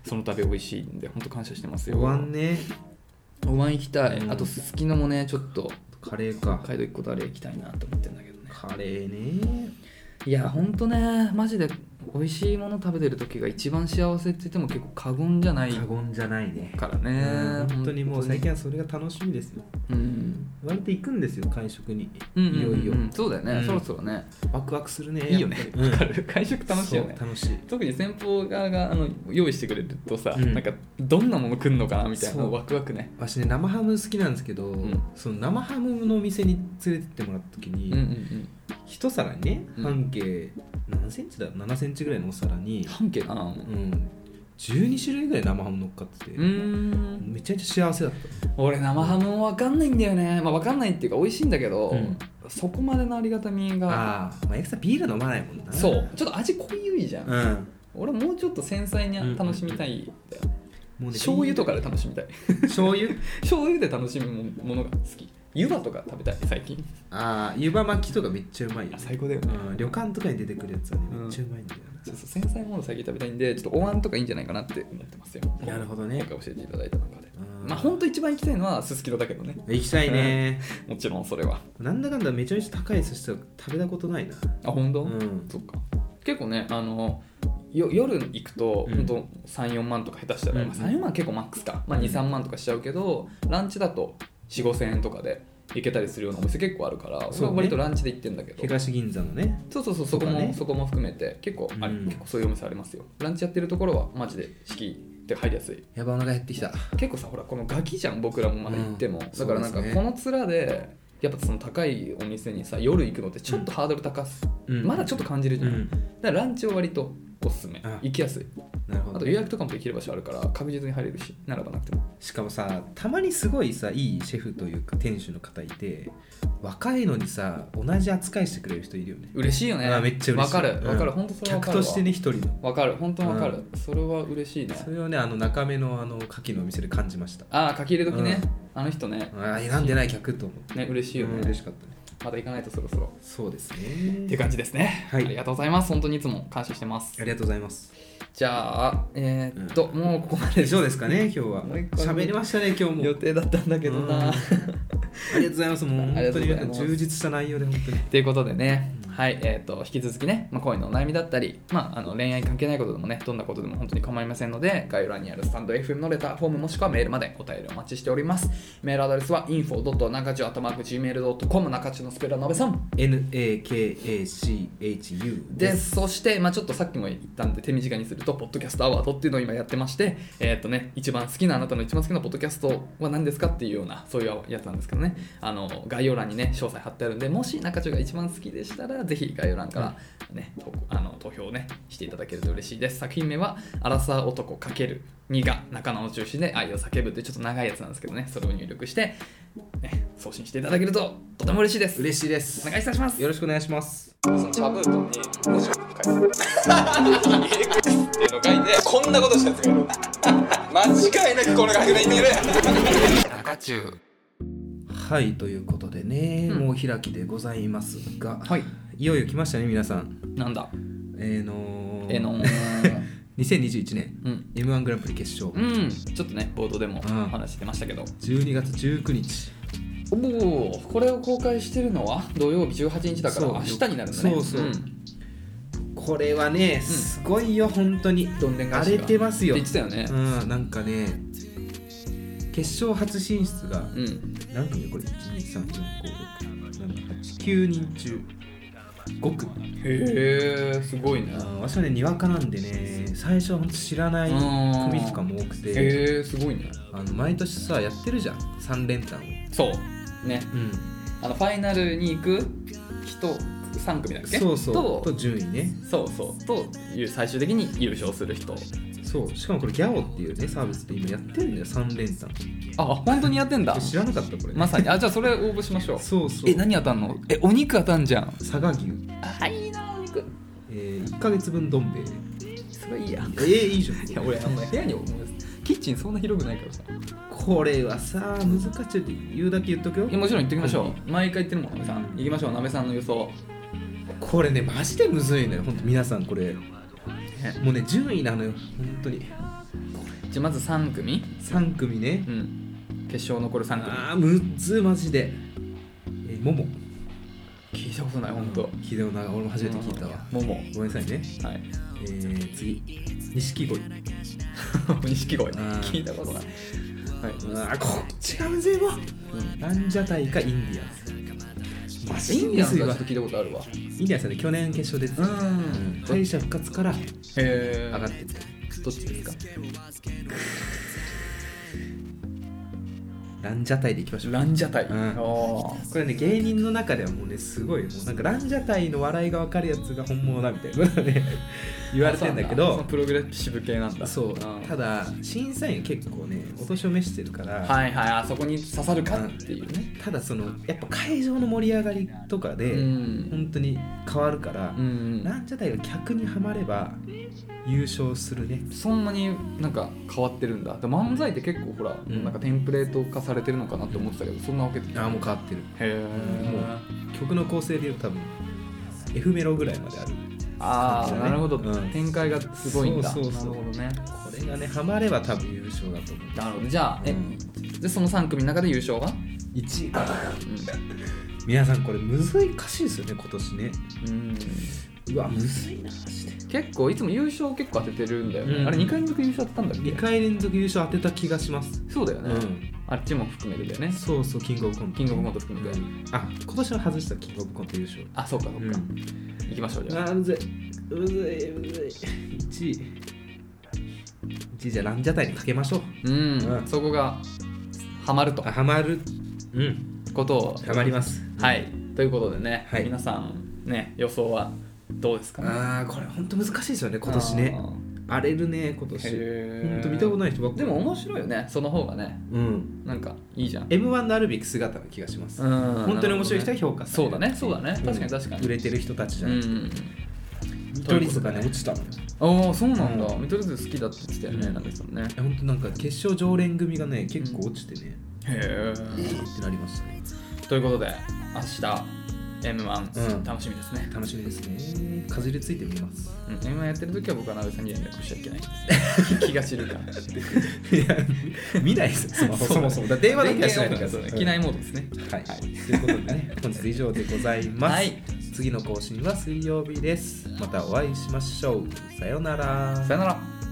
Speaker 2: その度美味しいんで本当感謝してますよ
Speaker 1: (laughs) お椀ね
Speaker 2: お椀行きたい、
Speaker 1: うん
Speaker 2: あとすすきのもねちょっと
Speaker 1: カレーか
Speaker 2: 北海道行くことあれ行きたいなと思ってんだけどね
Speaker 1: カレーね
Speaker 2: いやほんとねマジで美味しいもの食べてる時が一番幸せって言っても結構過言じゃない
Speaker 1: 過言じゃないね
Speaker 2: から
Speaker 1: う
Speaker 2: ね
Speaker 1: ん本当にもう最近はそれが楽しみですよ
Speaker 2: うん
Speaker 1: 割と行くんですよ会食に
Speaker 2: うんうん
Speaker 1: いよいよ
Speaker 2: うんそうだよね、
Speaker 1: うん
Speaker 2: そろそろね
Speaker 1: ワクワクするね
Speaker 2: いいよね
Speaker 1: やっ
Speaker 2: わ
Speaker 1: ぱ
Speaker 2: か
Speaker 1: りうん
Speaker 2: る会食楽しいよね
Speaker 1: そう楽しい
Speaker 2: 特に先方側があの用意してくれるとさ、
Speaker 1: うん
Speaker 2: なんかどんなもの来るのかなみたいな
Speaker 1: そう
Speaker 2: ワクワクね
Speaker 1: 私ね生ハム好きなんですけど、
Speaker 2: ん
Speaker 1: その生ハムのお店に連れてってもらった時
Speaker 2: う
Speaker 1: に、
Speaker 2: んうん
Speaker 1: 一皿にね
Speaker 2: うん
Speaker 1: 半径何センチだろう7センチぐらいのお皿
Speaker 2: うん
Speaker 1: に、
Speaker 2: 半径だな
Speaker 1: う、
Speaker 2: うん
Speaker 1: 12種類ぐらい生ハム乗っかってて、
Speaker 2: ーん
Speaker 1: めちゃめちゃ幸せだった
Speaker 2: 俺生ハムも分かんないんだよねまあ分かんないっていうか美味しいんだけど、
Speaker 1: うん
Speaker 2: そこまでのありがたみが
Speaker 1: ああまあエクさんビール飲まないもんな
Speaker 2: そうちょっと味濃いじゃん、
Speaker 1: うん
Speaker 2: 俺もうちょっと繊細に楽しみたいんだよ、
Speaker 1: もうね
Speaker 2: 醤油とかで楽しみたい
Speaker 1: 醤油
Speaker 2: 醤油で楽しむものが好き湯葉とか食べたい最近
Speaker 1: ああ湯葉巻きとかめっちゃうまいよ、ね
Speaker 2: 最高だよ
Speaker 1: う
Speaker 2: ね、
Speaker 1: ん、旅館とかに出てくるやつはね
Speaker 2: うん
Speaker 1: めっちゃうまいんだよな、
Speaker 2: そうそう繊細なもの最近食べたいんでちょっとお椀とかいいんじゃないかなって思ってますよ
Speaker 1: なるほどね
Speaker 2: 今回教えていただいた中で
Speaker 1: うん
Speaker 2: まあ本当一番行きたいのはすすきのだけどね
Speaker 1: 行きたいね、
Speaker 2: もちろんそれは
Speaker 1: なんだかんだめちゃめちゃ高い寿司とか食べたことないな
Speaker 2: あ本当、
Speaker 1: うん
Speaker 2: そっか結構ねあのよ夜行くと
Speaker 1: うん
Speaker 2: 本当34万とか下手したら、
Speaker 1: うん
Speaker 2: まあ、34万結構マックスか、まあ、
Speaker 1: うん
Speaker 2: 23万とかしちゃうけどランチだと4 5千円とかで行けたりするようなお店結構あるから
Speaker 1: そうね
Speaker 2: 俺は割とランチで行ってんだけど
Speaker 1: 東銀座のね
Speaker 2: そうそうそうそこも、
Speaker 1: とかね
Speaker 2: そこも含めて結構あり、
Speaker 1: うん
Speaker 2: 結構そういうお店ありますよランチやってるところはマジで敷居って入りやすい
Speaker 1: やばお腹減ってきた
Speaker 2: 結構さほらこのガキじゃん僕らもまだ行っても、
Speaker 1: うん
Speaker 2: だからなん
Speaker 1: そ
Speaker 2: か
Speaker 1: うです
Speaker 2: こ
Speaker 1: ね
Speaker 2: の面でやっぱその高いお店にさ夜行くのってちょっとハードル高す、
Speaker 1: うん
Speaker 2: まだちょっと感じるじゃん、だからランチを割とおすすめ
Speaker 1: うん
Speaker 2: 行きやすい
Speaker 1: なるほ
Speaker 2: あ
Speaker 1: ど
Speaker 2: と予約とかもできる場所あるから確実に入れるし並ばなくても
Speaker 1: しかもさたまにすごいさいいシェフというか店主の方いて若いのにさ同じ扱いしてくれる人いるよね
Speaker 2: 嬉しいよね
Speaker 1: あめっちゃ嬉しい
Speaker 2: わかる
Speaker 1: うん
Speaker 2: わかる本当それわか
Speaker 1: 客
Speaker 2: る
Speaker 1: と
Speaker 2: わ
Speaker 1: してね一人の
Speaker 2: わかる本当わかるそれは嬉しいね
Speaker 1: それをねあの中目のあの牡蠣のお店で感じました
Speaker 2: ああ書き入れ時ね
Speaker 1: うん
Speaker 2: あの人ね
Speaker 1: あー選んでない客と思って
Speaker 2: ね嬉しいよ
Speaker 1: うん
Speaker 2: ね
Speaker 1: 嬉しかったね
Speaker 2: また行かないとそろそろ
Speaker 1: そうですね
Speaker 2: っていう感じですねあ
Speaker 1: はい
Speaker 2: りがとうございます本当にいつも感謝してます
Speaker 1: ありがとうございます
Speaker 2: じゃあえーっと
Speaker 1: う
Speaker 2: もうここまで
Speaker 1: 以上ですかね今日は
Speaker 2: もう一回
Speaker 1: 喋りましたね今日も
Speaker 2: 予定だったんだけど
Speaker 1: うん
Speaker 2: な
Speaker 1: ありがとうございますもう
Speaker 2: ありが
Speaker 1: 本当
Speaker 2: とうご
Speaker 1: に
Speaker 2: ざい
Speaker 1: な
Speaker 2: ま
Speaker 1: ん
Speaker 2: す
Speaker 1: か充実した内容で本当に
Speaker 2: ということでね
Speaker 1: う、ん
Speaker 2: はい、えっ、と、引き続きね、まあ、恋のお悩みだったり、まあ、あの、恋愛関係ないことでもね、どんなことでも本当に構いませんので、概要欄にあるスタンド FM のレターフォームもしくはメールまでお便りお待ちしております。メールアドレスは info.nakachu.gmail.com 中中のスペラ鍋さん
Speaker 1: NAKACHU
Speaker 2: です。そして、まあ、ちょっとさっきも言ったんで、手短にすると、ポッドキャストアワードっていうのを今やってまして、えっ、とね、一番好きな、あなたの一番好きなポッドキャストは何ですかっていうような、そういうやつなんですけどね、あの、概要欄にね、詳細貼ってあるんで、もし中中が一番好きでしたら、ぜひ概要欄からね、投稿あの投票をね、していただけると嬉しいです。作品名は、アラサー男×二が仲間を中心で愛を叫ぶというちょっと長いやつなんですけどね、それを入力して、ね、送信していただけると、とても嬉しいです。
Speaker 1: 嬉しいです
Speaker 2: お願いいたします。
Speaker 1: よろしくお願いします
Speaker 2: その茶封筒に文字を書いて EX っていうの書いてこんなことしたやつがいる間違いなくこれが白熱いる中中
Speaker 1: はいということでね、
Speaker 2: うん
Speaker 1: もう開きでございますが、
Speaker 2: はい
Speaker 1: いよいよ来ましたね皆さん
Speaker 2: なんだ
Speaker 1: えー、のー
Speaker 2: えーのー
Speaker 1: 2021年
Speaker 2: うん、
Speaker 1: m 1グランプリ決勝、
Speaker 2: うん、ちょっとね冒頭でもお
Speaker 1: うん
Speaker 2: 話ししてましたけど、
Speaker 1: 12月19日
Speaker 2: おおこれを公開してるのは土曜日18日だから
Speaker 1: そう
Speaker 2: 明日になるんだね
Speaker 1: そうそうんこれはねすごいよ本当に
Speaker 2: どんでん返
Speaker 1: 荒
Speaker 2: し
Speaker 1: れ
Speaker 2: が
Speaker 1: てますよ
Speaker 2: って言ってたよね
Speaker 1: うんなんかね決勝初進出が
Speaker 2: うん、
Speaker 1: 何組これ123456789人中5組
Speaker 2: へえすごいね
Speaker 1: あー私はねにわかなんでね最初は本当知らない組とかも多くて
Speaker 2: へえすごいね
Speaker 1: あの毎年さやってるじゃん3連単を、
Speaker 2: そうねあのファイナルに行く人3組だっけ
Speaker 1: そうそう
Speaker 2: と
Speaker 1: と順位ね
Speaker 2: そうそうという最終的に優勝する人
Speaker 1: そうしかもこれギャオっていうねサービスで今やってるんだよ3連単
Speaker 2: あ本当にやってんだ
Speaker 1: え知らなかったこれ、
Speaker 2: まさにあじゃあそれ応募しましょう
Speaker 1: そうそう
Speaker 2: え何当たんのえお肉当たんじゃん
Speaker 1: 佐賀牛、
Speaker 2: あいいなお肉
Speaker 1: えー、1ヶ月分どん兵衛
Speaker 2: それいいや
Speaker 1: えー、いいじゃん
Speaker 2: いや俺あの部屋に思い出すキッチンそんな広くないからさ
Speaker 1: これはさ難しいって言うだけ言っとくよ
Speaker 2: いやもちろん行ってきましょう毎回行ってるもんなべさん行きましょうなべさんの予想
Speaker 1: これねマジでむずいのよ本当皆さんこれもうね順位なのよ本当に
Speaker 2: じゃあまず3組
Speaker 1: 3組ね
Speaker 2: うん決勝残る3組
Speaker 1: あーむっずマジでえー、もも
Speaker 2: 聞いたことない本当
Speaker 1: 聞いたことない俺も初めて聞いたわ
Speaker 2: もも
Speaker 1: ごめんなさいね
Speaker 2: はい (laughs)
Speaker 1: えー、次錦鯉
Speaker 2: 錦
Speaker 1: う
Speaker 2: 鯉
Speaker 1: ん
Speaker 2: 聞いたことないはいう
Speaker 1: わーこっちがむずいわランジャタイかインディアンスマ
Speaker 2: イ
Speaker 1: ジ
Speaker 2: ン
Speaker 1: で
Speaker 2: ディ
Speaker 1: む
Speaker 2: アン
Speaker 1: ず
Speaker 2: ス
Speaker 1: い
Speaker 2: はちょ
Speaker 1: わ
Speaker 2: っと聞いたことあるわ
Speaker 1: インディアンスはね去年決勝で
Speaker 2: ん
Speaker 1: 敗者復活から上
Speaker 2: へ
Speaker 1: がってった
Speaker 2: どっちですか
Speaker 1: ランジャタイでいきましょう
Speaker 2: ランジャタイ、
Speaker 1: うん
Speaker 2: おー
Speaker 1: これね芸人の中ではもうねすごいもうなんかランジャタイの笑いが分かるやつが本物だみたいなことね言われてんだけ
Speaker 2: その
Speaker 1: ど
Speaker 2: プログレッシブ系なんだ
Speaker 1: そう
Speaker 2: うん
Speaker 1: ただ審査員結構ねお年を召してるから、
Speaker 2: はいはいあそこに刺さるかっていうね
Speaker 1: ただそのやっぱ会場の盛り上がりとか
Speaker 2: う
Speaker 1: で、
Speaker 2: ん
Speaker 1: 本当に変わるから、
Speaker 2: うん
Speaker 1: ランジャタイが客にはまれば優勝するね
Speaker 2: そんなになんか変わってるんだで漫才って結構ほら、
Speaker 1: うん
Speaker 2: なんかテンプレート化されてるのかなって思ってたけどそんなわけでへ
Speaker 1: ああもう変わってる
Speaker 2: え
Speaker 1: もう曲の構成でいうと多分 F メロぐらいまである
Speaker 2: ああなるほど、
Speaker 1: うん
Speaker 2: 展開がすごいんだ
Speaker 1: そうそうそう
Speaker 2: なるほどね
Speaker 1: これがねはまれば多分優勝だと思う
Speaker 2: なるほどじゃあ、
Speaker 1: うん
Speaker 2: えでその3組の中で優勝は、
Speaker 1: 1位か皆さんこれむずいかしいですよね今年ね
Speaker 2: うん、
Speaker 1: うわむずいなマジで
Speaker 2: 結構いつも優勝結構当ててるんだよね、
Speaker 1: うん
Speaker 2: あれ2回連続優勝当てたんだっけ
Speaker 1: 2回連続優勝当てた気がします
Speaker 2: そうだよ
Speaker 1: う
Speaker 2: ね、
Speaker 1: ん
Speaker 2: あっちも含めてだよね
Speaker 1: そうそうキングオブコント
Speaker 2: キングオブコント含めて、
Speaker 1: あ今年は外したキングオブコント優勝
Speaker 2: あそうかそうか、
Speaker 1: うん
Speaker 2: 行きましょうじゃあ
Speaker 1: あーむずいむずいむずい1位1位じゃあランジャタイにかけましょう
Speaker 2: うん、
Speaker 1: うん
Speaker 2: そこがハマると
Speaker 1: あはまるうん
Speaker 2: ことを
Speaker 1: はまります
Speaker 2: はいということでね、
Speaker 1: はい
Speaker 2: 皆さんね予想はどうですかね
Speaker 1: ああこれ本当難しいですよね今年ね荒れるね今年
Speaker 2: へ
Speaker 1: 本当見たこと
Speaker 2: い
Speaker 1: ない人ばっか
Speaker 2: でも面白いよねその方がね
Speaker 1: うん
Speaker 2: なんかいいじゃん
Speaker 1: m 1のあるべき姿の気がします
Speaker 2: 本
Speaker 1: 本当に面白い人は評価され
Speaker 2: そう
Speaker 1: る
Speaker 2: だねそうだね確かに確かに
Speaker 1: 売れてる人たちじゃ
Speaker 2: う
Speaker 1: なんい
Speaker 2: うん
Speaker 1: 見取り図がね落ちたのよ
Speaker 2: ああそうなんだ
Speaker 1: う
Speaker 2: 見取り図好きだって言ってたよね
Speaker 1: うん
Speaker 2: なんですよね
Speaker 1: いや本当なんか決勝常連組がね結構落ちてね、
Speaker 2: へ
Speaker 1: えーってなりましたね
Speaker 2: えということで明日 m
Speaker 1: うん
Speaker 2: 1楽しみですね
Speaker 1: 楽しみですねかじりついてみます
Speaker 2: m 1やってる時は僕は鍋さんに連絡しちゃいけないです
Speaker 1: (laughs)
Speaker 2: 気が散るから
Speaker 1: いや (laughs) 見ないですよスマホ
Speaker 2: そう
Speaker 1: そもそもだから電話だ
Speaker 2: 電
Speaker 1: けはしない
Speaker 2: 源
Speaker 1: でくだ
Speaker 2: オフそ
Speaker 1: さ
Speaker 2: うね
Speaker 1: い
Speaker 2: 機内モードですね
Speaker 1: はい、ということでね本日以上でございます、
Speaker 2: はい
Speaker 1: 次の更新は水曜日ですまたお会いしましょうさようなら
Speaker 2: さよなら